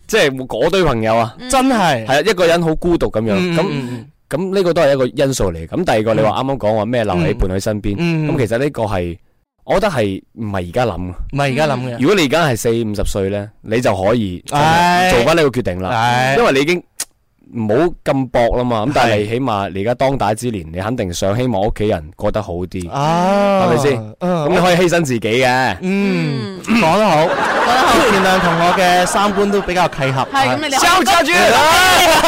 即係嗰堆朋友啊，
真係，
係啊，一個人好孤獨咁樣
嗯
咁。
嗯
咁呢個都係一個因素嚟。咁第二個你話啱啱講話咩留喺伴侶身邊，咁、
嗯
其實呢個係，我覺得係唔係而家諗嘅。
唔係而家諗嘅，
如果你而家係四五十歲咧，你就可以真
唉
係做翻呢個決定啦，
係
因為你已經唔好咁搏啦嘛。咁但係你起碼你而家當打之年，你肯定想希望屋企人過得好啲，咁、
啊，
係咪先
嗯
你可以犧牲自己嘅。
嗯，講得好，講得好，原諒同我嘅三觀都比較契合，
係咁，你哋
交叉住，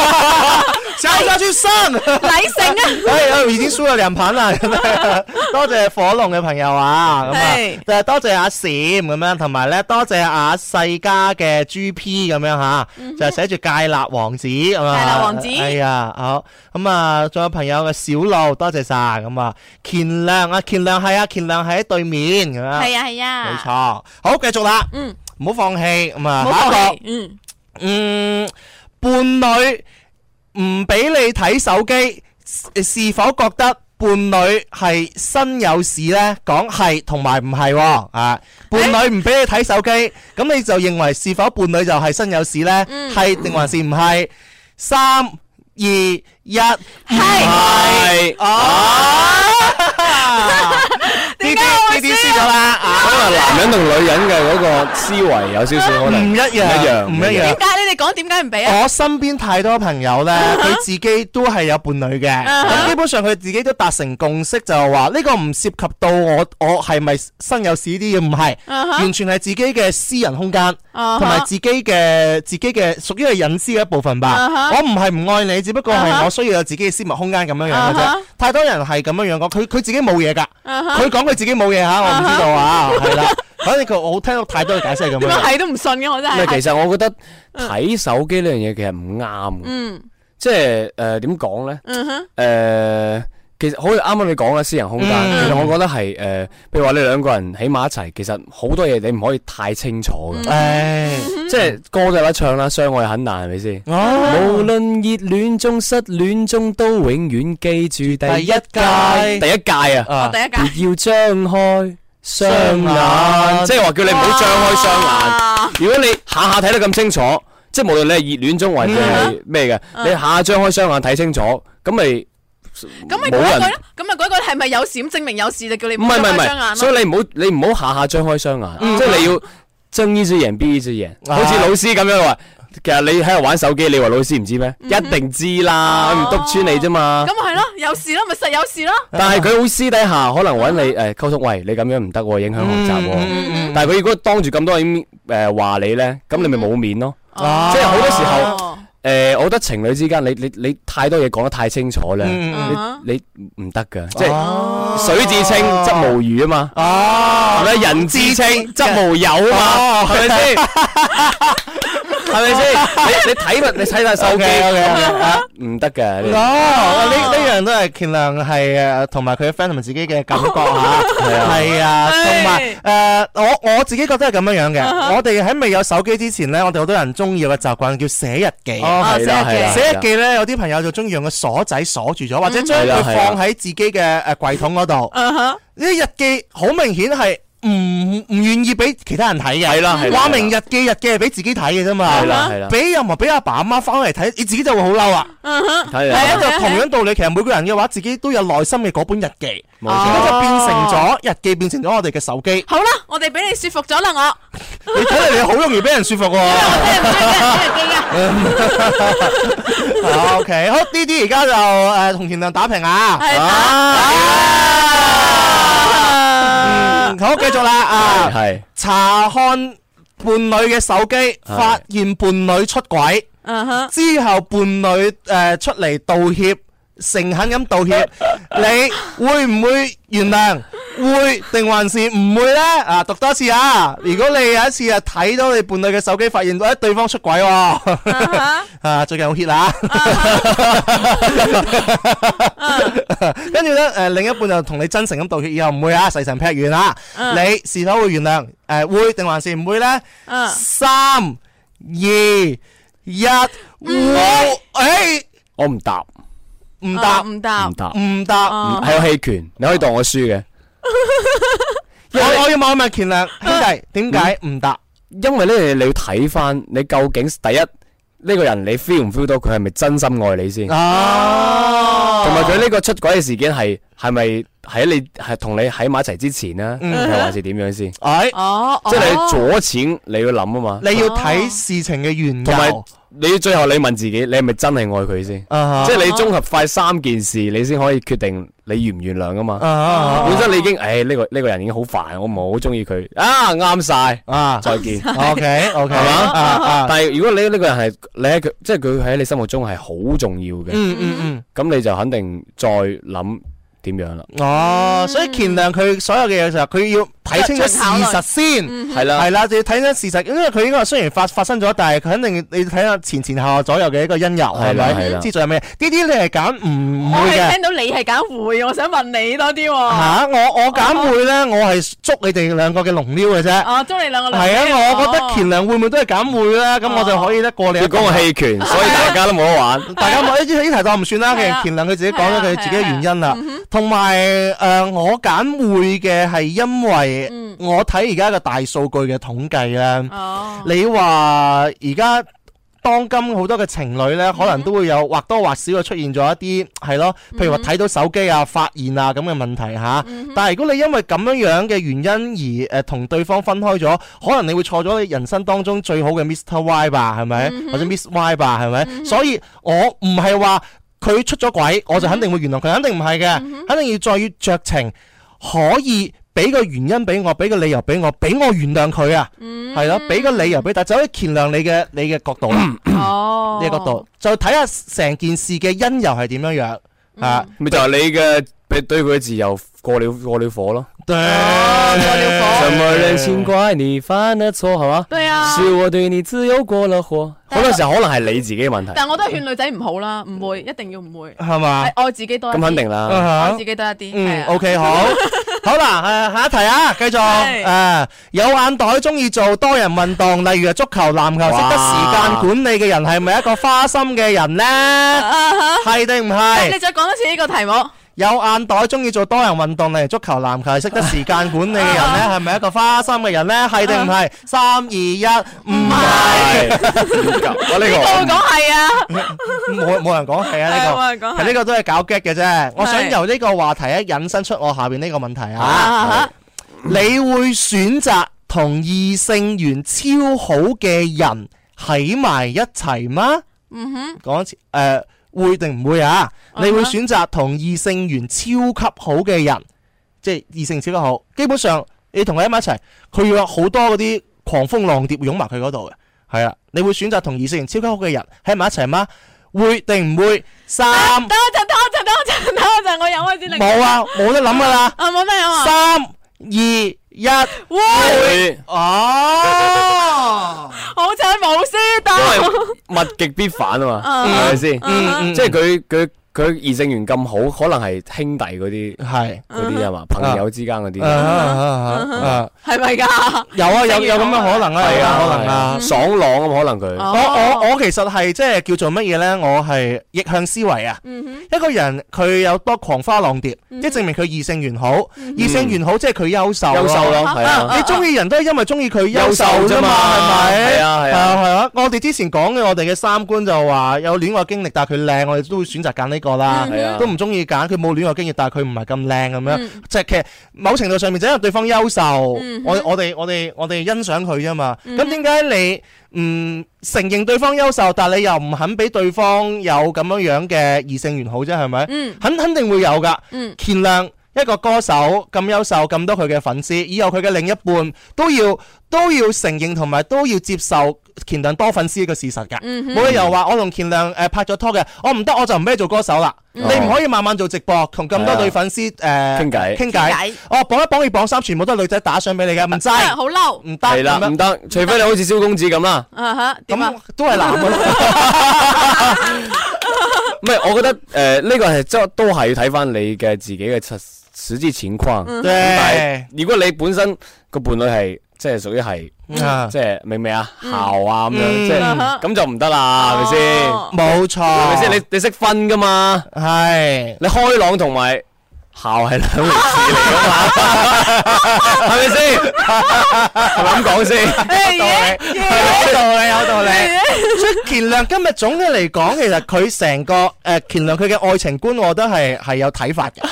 交叉去上。
禮性啊！
哎呀，已經輸咗兩盤啦，咁樣多謝火龍嘅朋友啊，咁
係
啊，就多謝阿閃咁樣，同埋咧多謝阿世家嘅 G P 咁樣吓，就係寫住芥辣王子咁啊，
芥辣王子
哎呀，好咁啊，仲有朋友嘅小路，多謝晒咁啊，乾亮啊，乾亮係啊，乾亮係喺對面咁樣，
係啊係
冇錯
啊，，
好繼續啦，
嗯，
唔好放棄咁啊，
冇
下一個
錯，。嗯，
嗯，伴侶唔俾你睇手機，是是否覺得伴侶係身有事呢？講係同埋唔係喎啊？伴侶唔俾你睇手機，咁你就認為是否伴侶就係身有事呢？係定還是唔係？三二一，係
係
哦，呢啲呢啲輸咗啦，啊
為男人同女人嘅嗰個思維有少少可能
唔一樣，
唔
唔
一
一
樣。
樣
點。解你哋講點解唔俾啊？
我身邊太多朋友咧，佢自己都係有伴侶嘅，咁基本上佢自己都達成共識，就係話呢個唔涉及到我我係咪身有屎啲嘢，唔係，完全係自己嘅私人空間，
啊哈
同埋自己嘅自己嘅屬於係隱私嘅一部分吧。我唔係唔愛你，只不過係我需要有自己嘅私密空間咁樣樣嘅
啊哈
啫。太多人係咁樣樣講，佢佢自己冇嘢㗎，
啊哈
佢講佢自己冇嘢嚇，我唔知道啊，係啦。反正佢我聽到太多嘅解釋係咁
點
樣。
解係都唔信嘅？我真
唔係，
係
其實我覺得睇手機呢樣嘢其實唔啱嘅，
嗯
即係誒點講咧？
嗯哼
誒、其實好似啱啱你講嘅私人空間，
嗯
其實我覺得係誒、呃譬如話你兩個人喺埋一齊，其實好多嘢你唔可以太清楚
嗯
嘅，
唉，
即係歌就有得唱啦，相愛很難係咪先？
哦
無論熱戀中、失戀中，都永遠記住第
第一屆
第一屆啊！
啊
哦第一屆
別要張開
雙
雙
眼
眼，即係話叫你唔好張開雙眼。
啊
如果你下下睇得咁清楚，即係無論你係熱戀中或者
嗯
係咩嘅，你下下張開雙眼睇清楚，咁咪
咁咪
冇
嗰
人
句啦，咁咪嗰句係咪有閃證明有事就叫你
唔係唔
好
係唔
開雙眼
係，
咯嗯
所以你唔好你唔好下下張開雙眼，啊即係你要睜呢隻眼閉呢隻眼，
啊
好似老師咁樣話。其實你喺度玩手機，你話老師唔知咩？一定知啦，唔篤穿你啫
嗯哦
嘛。
咁咪係咯，有事咯，咪實有事咯。
但係佢好私底下可能揾你誒溝通，喂，你咁樣唔得喎，影響學習
嗯
喎。但係佢如果當住咁多人誒話你咧，咁你咪冇面咯。
嗯
即係好多時候。
哦
誒、我覺得情侶之間，你你你太多嘢講得太清楚咧，你你唔得噶，即係水至清則無魚啊嘛，
啊
係咪？人至清則無友啊嘛，係咪 先？係咪先？你你睇埋你睇晒 手機
OK，OK，OK
咁樣啊唔得嘅，呢
哦，呢呢樣都係盡量係誒，同埋佢嘅 friend 同埋自己嘅感覺 嚇，係啊，係啊，同埋誒，呃我我自己覺得係咁樣樣
啊
嘅。我哋喺未有手機之前咧，我哋好多人中意嘅習慣叫寫日記。
哦，係
寫日
啦
記
係啦，嗯
寫日記咧，有啲朋友就中意用個鎖仔鎖住咗，或者將
係啦
佢
係啊啦
放喺自己嘅誒櫃桶嗰度。
嗯哼
呢啲日記好明顯係唔唔願意俾其他人睇嘅，係
啦係啦
話明日記日記係俾自己睇嘅啫嘛，啊
係啦係啦
俾任何俾阿爸阿媽翻嚟睇，你自己就會好嬲啊！
睇
係
嚟
啊，就同樣道理，其實每個人嘅話，自己都有內心嘅嗰本日記，
冇
而
錯
家就變成咗日記，變成咗我哋嘅手機。
好啦，我哋俾你說服咗啦，我
你睇嚟你好容易俾人說服 喎。
我真係唔中意嘅，真係驚啊！
O K，好啊呢啲而家就誒同田亮打平啊。
係打
啊嗯好，繼續啦啊！
係
查看伴侶嘅手機，發現伴侶出軌。
嗯哼，
之後伴侶誒、呃出嚟道歉，誠懇咁道歉，你會唔會原諒？會定還是唔會呢？啊，讀多次啊！如果你有一次啊睇到你伴侶嘅手機，發現到誒對方出軌喎、 啊，最近好 hit 啦。跟住呢，誒另一半就同你真誠咁道歉，以後唔會啊，細神劈完啦。你是否會原諒？誒、會定還是唔會呢？
嗯
三二一，會，誒，
我唔答
唔
答
答，
哦唔答
唔？答，哦
唔答，
係有棄權，你可以當我輸嘅。
我我要問一問乾亮兄弟，點解
嗯
唔答？
因為咧，你要睇翻你究竟第一呢個人你 feel 唔 feel 到佢係咪真心愛你先，
啊
同
哦，
埋佢呢個出軌嘅事件係係咪喺你係同你喺埋一齊之前呢？
嗯
定係還是點樣先？
哎，
哦，
即係你
哦
左錢你要諗啊嘛，
你要睇事情嘅緣
同埋
由，
你最後你問自己，你係咪真係愛佢先？
啊哈
即係你綜合快三件事，你先可以決定你原唔原諒啊嘛。
啊
本身你已經，唉呢個呢個人已經好煩，我唔係好中意佢啊，啱晒，
啊
再見。
，OK OK，
係嘛
啊啊，
但係如果你呢個人係你喺佢，即係佢喺你心目中係好重要嘅，
嗯嗯嗯。
咁你就肯定再諗點樣啦，
哦，所以乾亮佢所有嘅嘢就係佢要睇清楚事實先，
係啦
係啦，就要睇清事實，因為佢應該話雖然發發生咗，但係佢肯定你睇下前前後後左右嘅一個因由係
係啦係
咪？
啦
知道係咩？呢啲你係揀唔
我
會
係
嘅
聽到你係揀會，我想問你多啲喎。
吓，我我揀會咧，我係捉你哋兩個嘅龍撩嘅啫。
哦，祝你兩個女
係啊，我覺得乾
哦
亮會唔會都係揀會咧？咁我就可以咧過你一啊
要
關。
講個棄權，所以大家都冇得玩。
大家冇哎呢呢題當唔算啦，其
係
實
啊
乾亮佢自己講咗佢自己嘅原因啦
係啊係啊係啊，
同埋誒我揀會嘅係因為
嗯 Ờ.
我睇而家嘅大數據嘅統計咧，
哦，
你話而家當今好多嘅情侶呢，可能都會有或多或少嘅出現咗一啲係咯，譬如話睇到手機啊、發現啊咁嘅問題吓。但係如果你因為咁樣樣嘅原因而誒呃同對方分開咗，可能你會錯咗你人生當中最好嘅 Mr. Y 吧，係咪？或者 Miss Y 吧，係咪？所以我唔係話佢出咗軌，我就肯定會原諒佢，肯定唔係嘅，肯定要再要酌情。可以俾個原因俾我，俾個理由俾我，俾我原諒佢啊，係咯，俾個理由俾大家，就可以見諒你嘅你嘅角度啦，呢
哦，
個角度就睇下成件事嘅因由係點樣樣啊？
咪就係你嘅你對佢嘅自由過了過了火咯。
對，
什麼人情怪你犯了錯，係嘛？
對啊
是我對你自由過了火。好多時候可能係你自己嘅問題，
但我都係勸女仔唔好啦，唔會，一定要唔會，
係嘛
係？愛自己多一啲。
咁肯定啦。
啊哈
愛自己多一啲。係
嗯
啊
，OK，好， 好啦，誒，下一題啊，繼續，
係
誒，有眼袋中意做多人運動，例如係足球、籃球，識得時間管理嘅人係咪一個花心嘅人呢？
Ờ,
係定唔係？
你再講多次呢個題目。
有眼袋中意做多人運動，例如足球、籃球，係識得時間管理嘅人呢，係咪一個花心嘅人呢？ 係定唔係？三二一，唔係，
我呢
呢個會講係啊，
冇冇人講係啊
係冇
呢
人
個，
講係
係呢個都係搞 get 嘅啫。我想由呢個話題咧引申出我下邊呢個問題
Ờ,
啊，你會選擇同異性緣超好嘅人喺埋一齊嗎？嗯哼，講一次誒，會定唔會啊？你會選擇同異性緣超級好嘅人？即係異性超級好，基本上你同佢喺埋一齊，佢要有好多嗰啲狂風浪蝶湧埋佢嗰度嘅，係啊，你會選擇同異性超級好嘅人喺埋一齊嗎？會定唔會？三
等我陣，等我陣，等我陣，等我陣，我有開始另。
冇啊，冇得諗噶 啦，
啊冇咩有啊？
三二一，
會，
哦，
好彩冇輸到。
因為物極必反啊嘛，係咪先？
嗯嗯
即係佢佢佢異性緣咁好，可能係兄弟嗰啲
係。
嗰啲啊嘛，朋友之間嗰
啊
啲。
啊啊啊
係咪㗎？
有啊有有咁嘅可能啊，有
係
啊可
啊，
能
係
啊
啊，。爽朗啊嘛，可能佢
哦
我我我其實係即係叫做乜嘢呢？我係逆向思維啊！一個人佢有多狂花浪蝶，即係證明佢異性緣好，異性緣好即係佢優秀
優秀咯，。係啊。
你中意人都係因為中意佢優秀
優秀
啫
啫
嘛，
嘛
係咪？
係啊係啊
係啊！我哋之前講嘅我哋嘅三觀就話有戀愛經歷，但係佢靚，我哋都會選擇揀呢個啦
係啊。
都唔中意揀佢冇戀愛經歷，但係佢唔係咁靚咁樣。即係其實某程度上面就因為對方優秀，我我哋我哋我哋欣賞佢啫嘛。咁點解你唔承認對方優秀，但係你又唔肯俾對方有咁樣樣嘅異性緣好啫？係咪？肯肯定會有㗎。乾亮一個歌手咁優秀，咁多佢嘅粉絲，以後佢嘅另一半都要都要承認同埋都要接受乾亮多粉絲呢個事實㗎。
嗯
冇理由話我同乾亮誒拍咗拖嘅，我唔得我就唔俾你做歌手啦。
嗯
你唔可以慢慢做直播，同咁多女粉絲誒
傾偈
傾
啊
偈
傾偈。啊
哦，榜一榜二榜三全部都係女仔打賞俾你嘅，唔制
真係好嬲。
唔得
係啦，
啊咁樣
唔得，除非你好似蕭公子咁啦。
啊哈？點啊
咁？都係男嘅。
唔係，我覺得誒呃呢個係即係都係要睇翻你嘅自己嘅實實際情況。
嗯
咁但係
對
如果你本身個伴侶係即係屬於係
啊
即係明唔明啊姣啊咁
嗯
樣，即
嗯
係咁就唔得啦，係咪先？
哦
冇錯，
係
係
咪先？你你識分噶嘛？
係
你開朗同埋姣係兩回事嚟噶嘛？係咪先？係咪咁講先？
誒嘢
有道理，有道理。所以乾亮今日總嘅嚟講，其實佢成個誒乾亮佢嘅愛情觀，我覺得係係有睇法嘅，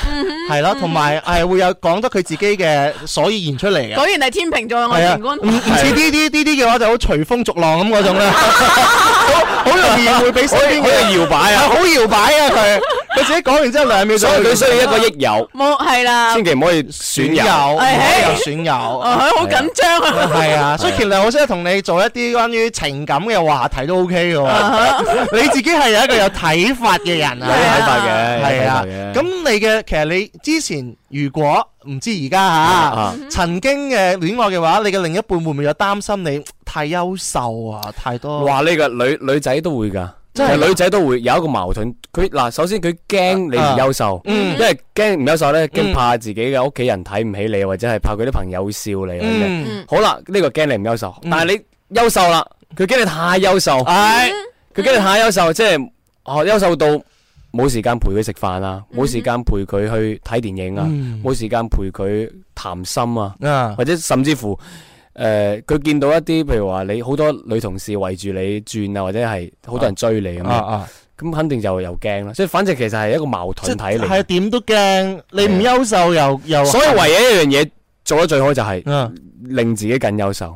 係咯，同埋係會有講得佢自己嘅所以然出嚟嘅。
果然係天秤座嘅
係
愛
啊，
情觀
唔。唔似呢啲呢啲嘅話就好隨風逐浪咁嗰種啦，好好容易會俾身
好
邊嘅
好搖擺
係
啊！
好搖擺啊佢，佢自己講完之後兩秒
所以
鐘
佢需要一個益友，
冇係啦。
千祈唔可以
選
損
友，
友。
唔可以有選友。
啊好緊張啊！
系 啊，所以其實我真係同你做一啲關於情感嘅話題都 OK 嘅喎。 你自己係一個有睇法嘅人
有睇
啊，
法嘅，
係啊。咁
咁
你嘅其實你之前如果唔知而家
啊
嚇曾經嘅戀愛嘅話，你嘅另一半會唔會有擔心你太優秀啊，太多？
話呢個女女仔都會㗎，
真係㗎
係女仔都會有一個矛盾。佢嗱，首先佢驚你唔優秀，
嗯
因為驚唔優秀咧，
嗯
驚怕自己嘅屋企人睇唔起你，或者係怕佢啲朋友笑你。或者
Ừ.
嗯，
好啦，呢個驚你唔優秀，
嗯
但係你優秀啦，佢驚你太優秀，
唉，
佢驚你太優秀，即係哦優秀到冇時間陪佢食飯啊，冇時間陪佢去睇電影啊，
嗯
冇時間陪佢談心啊。
啊，
或者甚至乎誒、诶，佢、見到一啲譬如話你好多女同事圍住你轉啊，或者係好多人追你咁
啊
樣，
啊，
咁、肯定就又驚啦。即係反正其實係一個矛
即
盾體嚟
係啊
嘅。
點都驚，你唔優秀又又，
所以唯一一樣嘢做得最好就係
啊
令自己更優秀。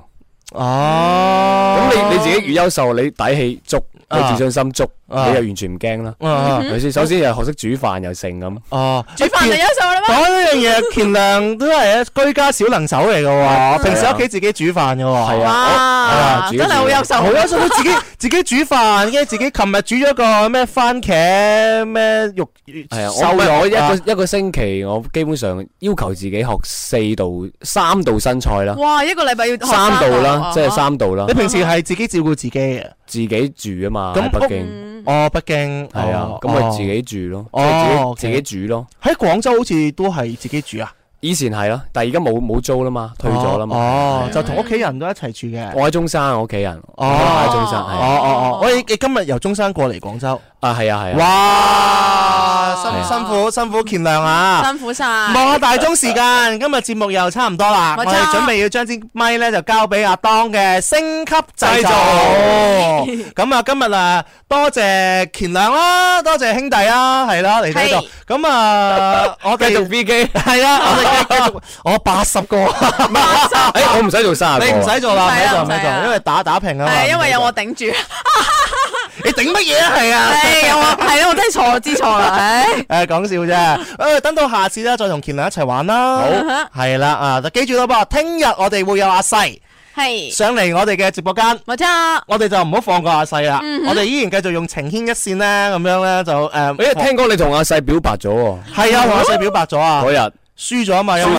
哦，
咁你你自己越優秀，你底氣足，你
啊
自信心足，
啊
你又完全唔驚啦。
啊
係咪先？首先又學識煮飯又成咁。
哦，
煮飯就優秀啦嘛。
講呢樣嘢，乾亮都係居家小能手嚟嘅喎，平時喺屋企自己煮飯嘅喎，
啊係啊
À, 哇，
我係啊
真係好優秀，
好優秀，佢自己 自己煮飯，跟住自己琴日煮咗個咩番茄咩肉
系啊，
瘦
我咪
肉
我一
啊
個一個星期，我基本上要求自己學四道三道新菜啦，
哇！一個禮拜要學
三道啦，
啊
即係三道啦
你，平時係自己照顧自己嘅，
自己住啊嘛，
咁
喺北
啊
京
嗯
哦，北京
係啊
哦，
咁咪
哦
自己住咯，即
哦
係自己自己煮咯。
喺廣州好似都係自己煮啊，
以前係啦，但係而家冇冇租啦嘛，退咗啦嘛。啊
哦，哦就同屋企人都一齊住嘅。
我喺中山，我屋企人，我
哦
喺中山，
哦
係啊
哦哦，我你你今日由中山過嚟廣州，
啊，係啊，係啊，
哇，辛
係啊
辛苦辛苦乾亮啊！
辛苦晒。
望下大鐘時間，今日節目又差唔多啦，我
冇錯
哋準備要將支咪咧就交俾阿當嘅升級製造。咁啊，今日啊，多謝乾亮啦，多謝兄弟啦，係啦嚟到呢度。咁啊，我哋
繼續 B K，
係啦，我哋繼續，我八十個，
诶，哎我唔使做三十
你唔使做啦，唔
唔
使
使
做，
啊
唔使
唔使啊
做，因為打打平啊嘛。
係因為有我頂住，
你頂乜嘢啊？係啊。
係有我，係咯，我真係錯知錯啦，唉。
诶，講笑啫，诶，等到下次啦，再同乾亮一齊玩啦。好，系啦，啊，記住啦噃，聽日我哋會有阿細
係
上嚟我哋嘅直播間。
冇錯。
我哋就唔好放過阿細啦，我哋依然繼續用情牽一線咧，咁樣咧就誒，
哎诶，聽講你同阿細表白咗喎，
係啊，同阿細表白咗啊，
嗰日。
輸咗啊嘛，因為